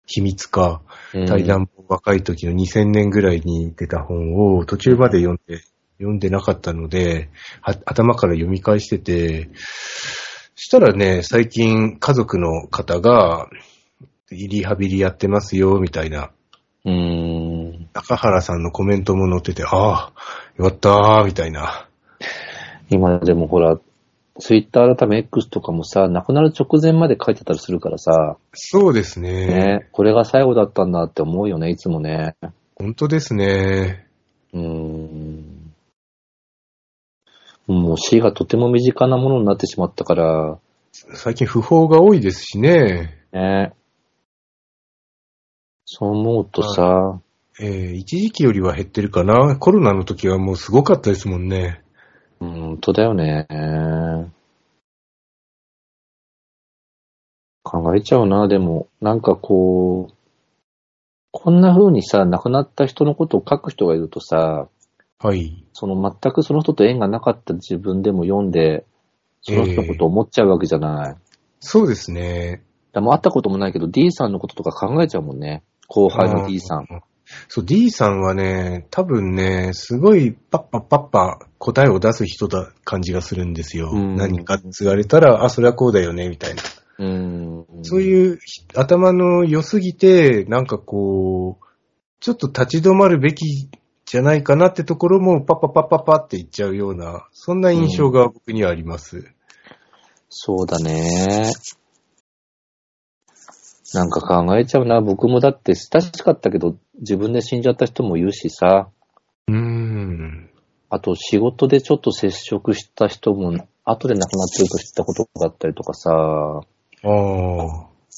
Speaker 2: 秘密か。
Speaker 1: うん
Speaker 2: 対談も若い時の2000年ぐらいに出た本を途中まで読んで、読んでなかったので、は頭から読み返してて、したらね、最近家族の方が、リハビリやってますよ、みたいな、
Speaker 1: うん。
Speaker 2: 中原さんのコメントも載ってて、ああ、よかったー、みたいな。
Speaker 1: 今でもほら、ツイッター改め X とかもさ、亡くなる直前まで書いてたりするからさ、
Speaker 2: そうですね。
Speaker 1: ね、これが最後だったんだって思うよね、いつもね。
Speaker 2: 本当ですね。
Speaker 1: うーん。もう死がとても身近なものになってしまったから、
Speaker 2: 最近不法が多いですしね。
Speaker 1: ね。そう思うとさ、
Speaker 2: えー一時期よりは減ってるかな。コロナの時はもうすごかったですもんね。
Speaker 1: うん、本当だよね。考えちゃうな、でも。なんかこう、こんな風にさ、亡くなった人のことを書く人がいるとさ、
Speaker 2: はい。
Speaker 1: その全くその人と縁がなかった自分でも読んで、その人のことを思っちゃうわけじゃない。
Speaker 2: そうですね。
Speaker 1: でも会ったこともないけど、D さんのこととか考えちゃうもんね。後輩の D さん。
Speaker 2: あー。そう、D さんはね、多分ね、すごいパッパッパッパ答えを出す人だ感じがするんですよ。
Speaker 1: うん
Speaker 2: 何か言われたら、あ、それはこうだよね、みたいな。
Speaker 1: うん。
Speaker 2: そう
Speaker 1: う。
Speaker 2: いうひ頭の良すぎて、なんかこう、ちょっと立ち止まるべきじゃないかなってところも、パッパッパッパッパって言っちゃうような、そんな印象が僕にはあります。
Speaker 1: そうだね。なんか考えちゃうな。僕もだって親しかったけど、自分で死んじゃった人もいるしさ。
Speaker 2: うーん。
Speaker 1: あと仕事でちょっと接触した人も、後で亡くなってると知ったことがあったりとかさ。
Speaker 2: ああ。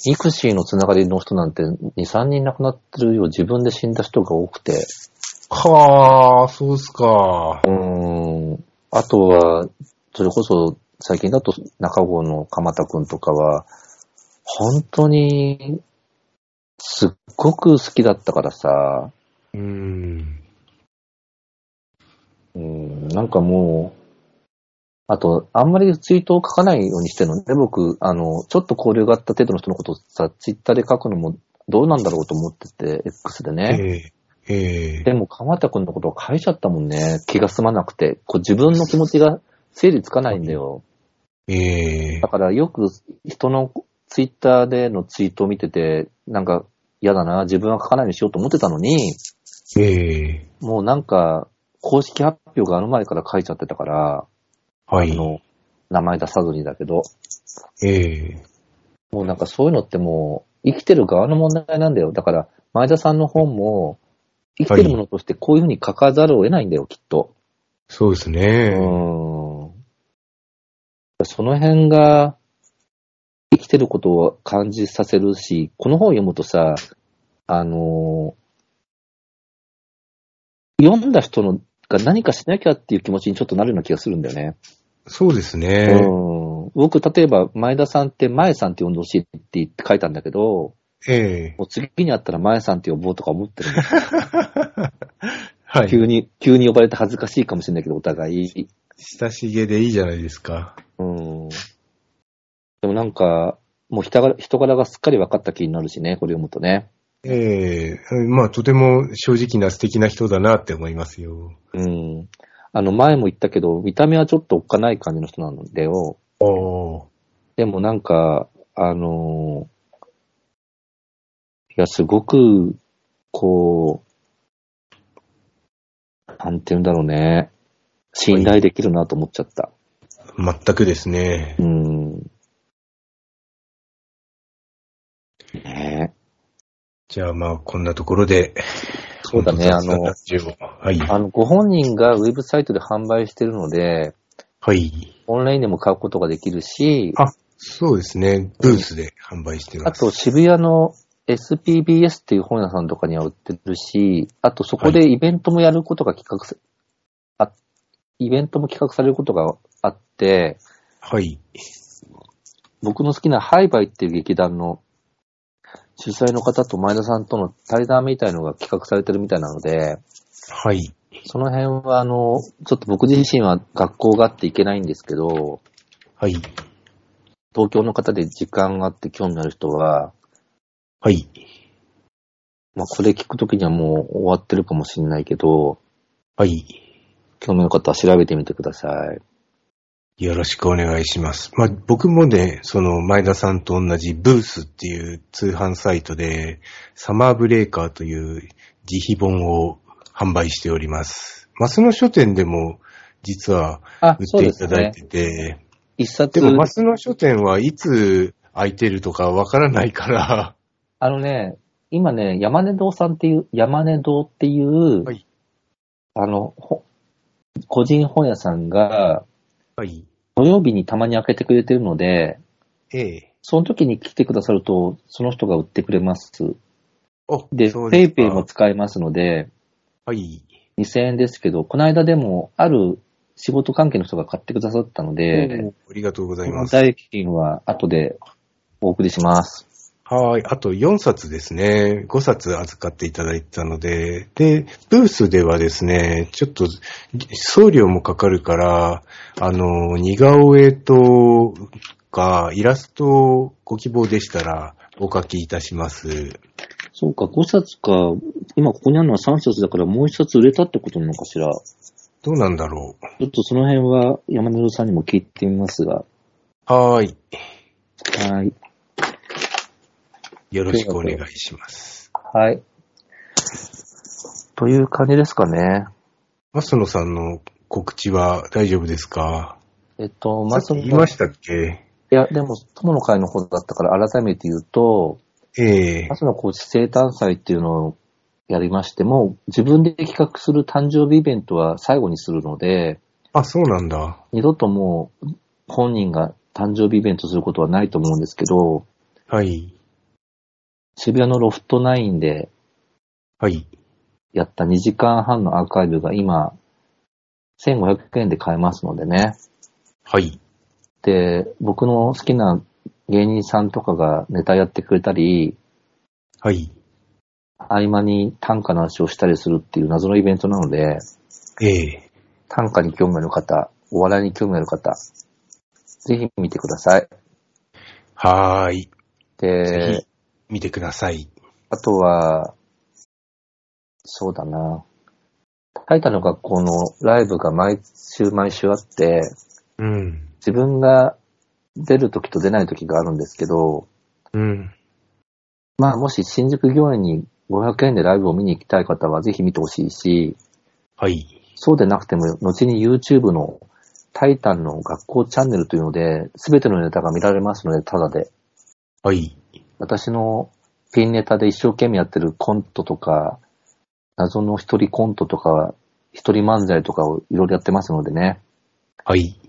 Speaker 1: ミクシーのつながりの人なんて2、3人亡くなってるよ。自分で死んだ人が多くて。
Speaker 2: はあ、そうっすか。
Speaker 1: うーん。あとは、それこそ、最近だと中郷の鎌田くんとかは、本当に、すっごく好きだったからさ、
Speaker 2: うーん。
Speaker 1: うん、なんかもう、あと、あんまりツイートを書かないようにしてるので、僕、あの、ちょっと交流があった程度の人のことをさ、ツイッターで書くのもどうなんだろうと思ってて、X でね。
Speaker 2: ええ、え
Speaker 1: でも、鎌田くんのことを書いちゃったもんね。気が済まなくて。こう自分の気持ちが整理つかないんだよ。
Speaker 2: え、ええ
Speaker 1: だ、からよく人のツイッターでのツイートを見てて、なんか嫌だな、自分は書かないようにしようと思ってたのに、
Speaker 2: ええ、
Speaker 1: もうなんか公式発表がある前から書いちゃってたから、
Speaker 2: は
Speaker 1: あ
Speaker 2: い。
Speaker 1: の、名前出さずにだけど、
Speaker 2: ええ、
Speaker 1: もうなんかそういうのってもう生きてる側の問題なんだよ。だから前田さんの本も生きてるものとしてこういうふうに書かざるを得ないんだよ、きっと。
Speaker 2: そうです
Speaker 1: う
Speaker 2: ね。
Speaker 1: ーんその辺が生きてることを感じさせるし、この本を読むとさ、あのー読んだ人のが何かしなきゃっていう気持ちにちょっとなるような気がするんだよね。
Speaker 2: そうです
Speaker 1: う
Speaker 2: ね。
Speaker 1: ーん僕、例えば前田さんって前さんって呼んでほしいって言って書いたんだけど、
Speaker 2: ええ、
Speaker 1: もう次に会ったら前さんって呼ぼうとか思ってるんです
Speaker 2: はい。
Speaker 1: 急に、急に呼ばれて恥ずかしいかもしれないけど、お互い。
Speaker 2: 親しげでいいじゃないですか。
Speaker 1: うん。でもなんか、もう人柄人柄がすっかり分かった気になるしね、これ読むとね。
Speaker 2: ええ、まあ、とても正直な素敵な人だなって思いますよ。
Speaker 1: うん。あの、前も言ったけど、見た目はちょっとおっかない感じの人なんだよ。
Speaker 2: おー。
Speaker 1: でもなんか、あのーいや、すごく、こう、なんて言うんだろうね。信頼できるなと思っちゃった。
Speaker 2: 全くですね
Speaker 1: う。ん。ねえ
Speaker 2: じゃあまあ、こんなところで。
Speaker 1: そうだね
Speaker 2: 本当
Speaker 1: あの
Speaker 2: 雑談をはい。
Speaker 1: あの、ご本人がウェブサイトで販売してるので、
Speaker 2: はい。
Speaker 1: オンラインでも買うことができるし、
Speaker 2: あ、そうですね。ブースで販売して
Speaker 1: あ
Speaker 2: ます。
Speaker 1: と渋谷の SPBS っていう本屋さんとかには売ってるし、あとそこでイベントもやることが企画さ、あ、イベントも企画されることがあって、
Speaker 2: はい。
Speaker 1: 僕の好きなハイバイっていう劇団の主催の方と前田さんとの対談みたいのが企画されてるみたいなので、
Speaker 2: はい。
Speaker 1: その辺はあの、ちょっと僕自身は学校があって行けないんですけど、
Speaker 2: はい。
Speaker 1: 東京の方で時間があって興味のある人は、
Speaker 2: はい。
Speaker 1: まあ、これ聞くときにはもう終わってるかもしれないけど、
Speaker 2: はい。
Speaker 1: 興味のある方は調べてみてください。
Speaker 2: よろしくお願いします。まあ、僕もね、その、前田さんと同じブースっていう通販サイトで、サマーブレーカーという自費本を販売しております。マスの書店でも、実は
Speaker 1: あ
Speaker 2: 売
Speaker 1: そ
Speaker 2: っ
Speaker 1: う
Speaker 2: て
Speaker 1: で
Speaker 2: い
Speaker 1: す
Speaker 2: ただい
Speaker 1: ね。
Speaker 2: てて、
Speaker 1: 一冊
Speaker 2: で、もマスの書店はいつ空いてるとかわからないから、
Speaker 1: あのね、今ね、山根堂さんっていう、山根堂っていう、
Speaker 2: はい
Speaker 1: あの、ほ個人本屋さんが、
Speaker 2: はい。
Speaker 1: 土曜日にたまに開けてくれてるので、
Speaker 2: ええ。
Speaker 1: その時に来てくださると、その人が売ってくれます。
Speaker 2: お
Speaker 1: で、
Speaker 2: そう
Speaker 1: ペ
Speaker 2: す
Speaker 1: イ
Speaker 2: か
Speaker 1: ペイも使えますので、
Speaker 2: はい。
Speaker 1: 2000円ですけど、この間でも、ある仕事関係の人が買ってくださったので、
Speaker 2: おありがとうござ
Speaker 1: こ
Speaker 2: いま
Speaker 1: の
Speaker 2: す。
Speaker 1: 代金は後でお送りします。
Speaker 2: はい。あと4冊ですね。5冊預かっていただいたので、で、ブースではですね、ちょっと送料もかかるから、あの、似顔絵とかイラストをご希望でしたらお書きいたします。
Speaker 1: そうか、5冊か、今ここにあるのは3冊だからもう1冊売れたってことなのかしら。ち
Speaker 2: どうなんだろ
Speaker 1: ょっとその辺は山根さんにも聞いてみますが。
Speaker 2: う。はい。
Speaker 1: はい。
Speaker 2: よろしくお願いします。
Speaker 1: はい。という感じですかね。
Speaker 2: 松野さんの告知は大丈夫ですか
Speaker 1: えっと、ま
Speaker 2: さ
Speaker 1: あ、
Speaker 2: っ
Speaker 1: その、
Speaker 2: き言
Speaker 1: い
Speaker 2: いましたっけ
Speaker 1: や、でも、友の会の方だったから改めて言うと、
Speaker 2: ええ
Speaker 1: 朝の高知生誕祭っていうのをやりまして、もう自分で企画する誕生日イベントは最後にするので、
Speaker 2: あ、そうなんだ。
Speaker 1: 二度ともう本人が誕生日イベントすることはないと思うんですけど、
Speaker 2: はい。
Speaker 1: 渋谷のロフトナインで
Speaker 2: はい。
Speaker 1: やった2時間半のアーカイブが今、1500円で買えますのでね。
Speaker 2: はい。
Speaker 1: で、僕の好きな芸人さんとかがネタやってくれたり、
Speaker 2: はい。
Speaker 1: 合間に短歌の話をしたりするっていう謎のイベントなので、
Speaker 2: ええ。
Speaker 1: 短歌に興味ある方、お笑いに興味ある方、ぜひ見てください。
Speaker 2: はーい。ぜ
Speaker 1: で
Speaker 2: ひ、見てください。
Speaker 1: あとは、そうだな。タイタの学校のライブが毎週毎週あって、
Speaker 2: うん。
Speaker 1: 自分が出るときと出ないときがあるんですけど、
Speaker 2: うん。
Speaker 1: まあもし新宿御苑に500円でライブを見に行きたい方はぜひ見てほしいし、
Speaker 2: はい。
Speaker 1: そうでなくても、後に YouTube のタイタンの学校チャンネルというので、すべてのネタが見られますので、ただで。
Speaker 2: はい。
Speaker 1: 私のピンネタで一生懸命やってるコントとか、謎の一人コントとか、一人漫才とかをいろいろやってますのでね、
Speaker 2: はい。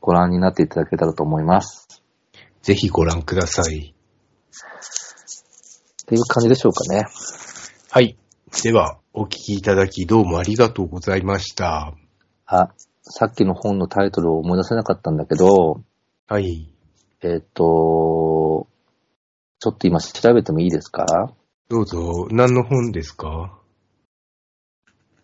Speaker 1: ご覧になっていただけたらと思います。
Speaker 2: ぜひご覧くださ
Speaker 1: っ
Speaker 2: い。
Speaker 1: ていう感じでしょうかね。
Speaker 2: はい。では、お聞きいただきどうもありがとうございました。
Speaker 1: あ、さっきの本のタイトルを思い出せなかったんだけど、
Speaker 2: はい。
Speaker 1: えっ、と、ちょっと今調べてもいいですか
Speaker 2: どうぞ、何の本ですか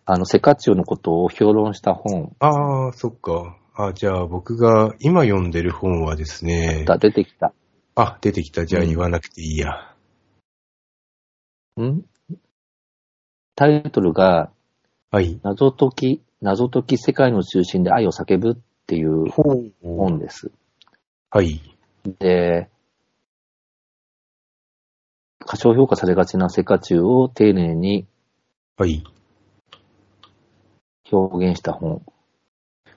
Speaker 1: あの、セカチオのことを評論した本
Speaker 2: ああ、そっか。あじゃあ僕が今読んでる本はですね。
Speaker 1: が出てきた。
Speaker 2: あ、出てきた。じゃあ
Speaker 1: うん
Speaker 2: 言わなくていいや。
Speaker 1: んタイトルが、
Speaker 2: はい。
Speaker 1: 謎解き、謎解き世界の中心で愛を叫ぶっていう本です。
Speaker 2: はい。
Speaker 1: で、過小評価されがちな世界中を丁寧に
Speaker 2: はい。
Speaker 1: 表現した本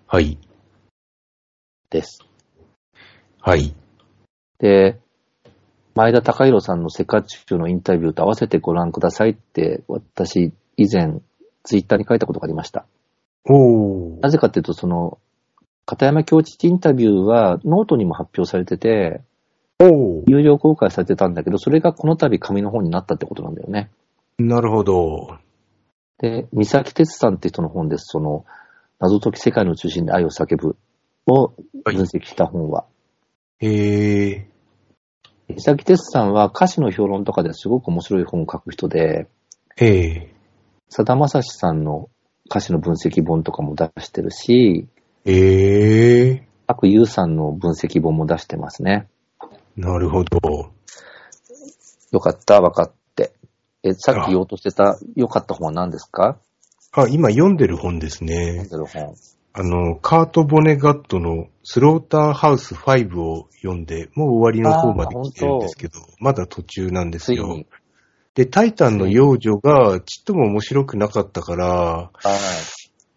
Speaker 2: はい。
Speaker 1: です。
Speaker 2: はい。
Speaker 1: で、前田隆弘さんの世界中のインタビューと合わせてご覧くださいって、私以前ツイッターに書いたことがありました。
Speaker 2: おー
Speaker 1: な。ぜかっていうと、その、片山教一インタビューはノートにも発表されてて、
Speaker 2: おー。
Speaker 1: 有料公開されてたんだけど、それがこの度紙の本になったってことなんだよね。
Speaker 2: なるほど。
Speaker 1: で、三崎哲さんって人の本です。その、謎解き世界の中心で愛を叫ぶを
Speaker 2: はい
Speaker 1: 分析した本は。
Speaker 2: へえ。
Speaker 1: 三崎哲さんは歌詞の評論とかですごく面白い本を書く人で、
Speaker 2: ええ。
Speaker 1: さだまさしさんの歌詞の分析本とかも出してるし、
Speaker 2: ええ。
Speaker 1: 悪優さんの分析本も出してますね。
Speaker 2: なるほど。
Speaker 1: よかった、分かって。え、さっき言おうとしてた、よかった本は何ですか
Speaker 2: あ、今読んでる本です
Speaker 1: 読
Speaker 2: ね
Speaker 1: ん。でる本。
Speaker 2: あの、カート・ボネガットのスローターハウス5を読んで、もう終わりの方まで来てるんですけど、まだ途中なんです
Speaker 1: つい
Speaker 2: よ
Speaker 1: に。。
Speaker 2: で、タイタンの幼女がちっとも面白くなかったから、
Speaker 1: はい。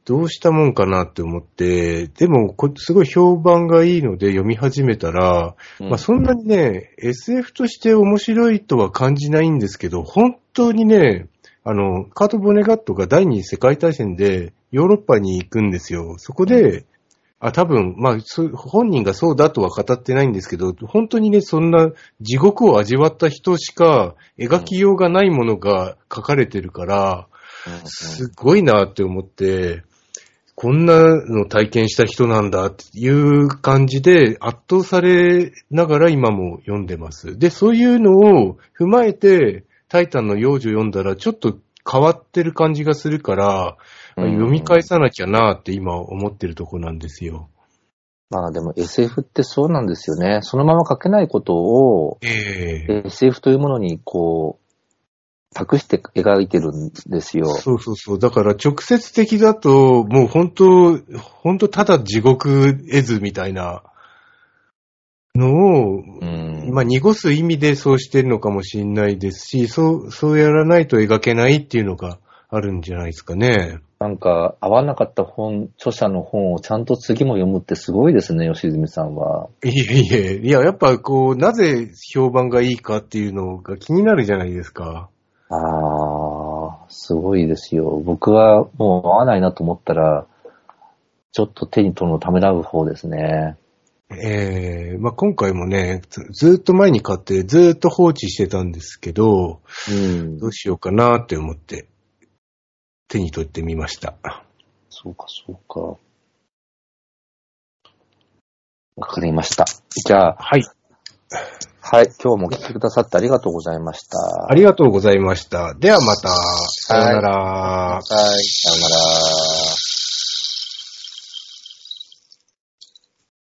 Speaker 2: どうしたもんかなって思って、でもこ、すごい評判がいいので読み始めたら、
Speaker 1: うん
Speaker 2: まあそんなにね、SF として面白いとは感じないんですけど、本当にね、あの、カート・ボネガットが第二次世界大戦でヨーロッパに行くんですよ。そこで、あ、多分、まあ、そう本人がそうだとは語ってないんですけど、本当にね、そんな地獄を味わった人しか描きようがないものが書かれてるから、
Speaker 1: うんうん
Speaker 2: すごいなって思って、こんなの体験した人なんだっていう感じで圧倒されながら今も読んでます。で、そういうのを踏まえて、タイタンの幼女読んだらちょっと変わってる感じがするから、
Speaker 1: うん
Speaker 2: 読み返さなきゃなって今思ってるとこなんですよ。
Speaker 1: まあでも SF ってそうなんですよね。そのまま書けないことを
Speaker 2: ええ
Speaker 1: SF というものにこう、託して描いてるんですよ。
Speaker 2: そうそうそう。だから直接的だと、もう本当、本当ただ地獄絵図みたいなのを、
Speaker 1: うん。
Speaker 2: まあ、濁す意味でそうしてるのかもしれないですし、そう、そうやらないと描けないっていうのがあるんじゃないですかね。
Speaker 1: なんか、合わなかった本、著者の本をちゃんと次も読むってすごいですね、吉住さんは。
Speaker 2: いえいえ、いや、やっぱこう、なぜ評判がいいかっていうのが気になるじゃないですか。
Speaker 1: ああ、すごいですよ。僕はもう合わないなと思ったら、ちょっと手に取るのをためらう方ですね。
Speaker 2: ええまあ、今回もね、ずずーっと前に買って、ずーっと放置してたんですけど、
Speaker 1: うん
Speaker 2: ど。うしようかなって思って。手に取ってみました。
Speaker 1: そうか、そうか。わかりました。じゃあ、
Speaker 2: はい。
Speaker 1: はい、今日もお聞きくださってありがとうございました。
Speaker 2: ありがとうございました。ではまた、さようなら。
Speaker 1: はい、さようなら。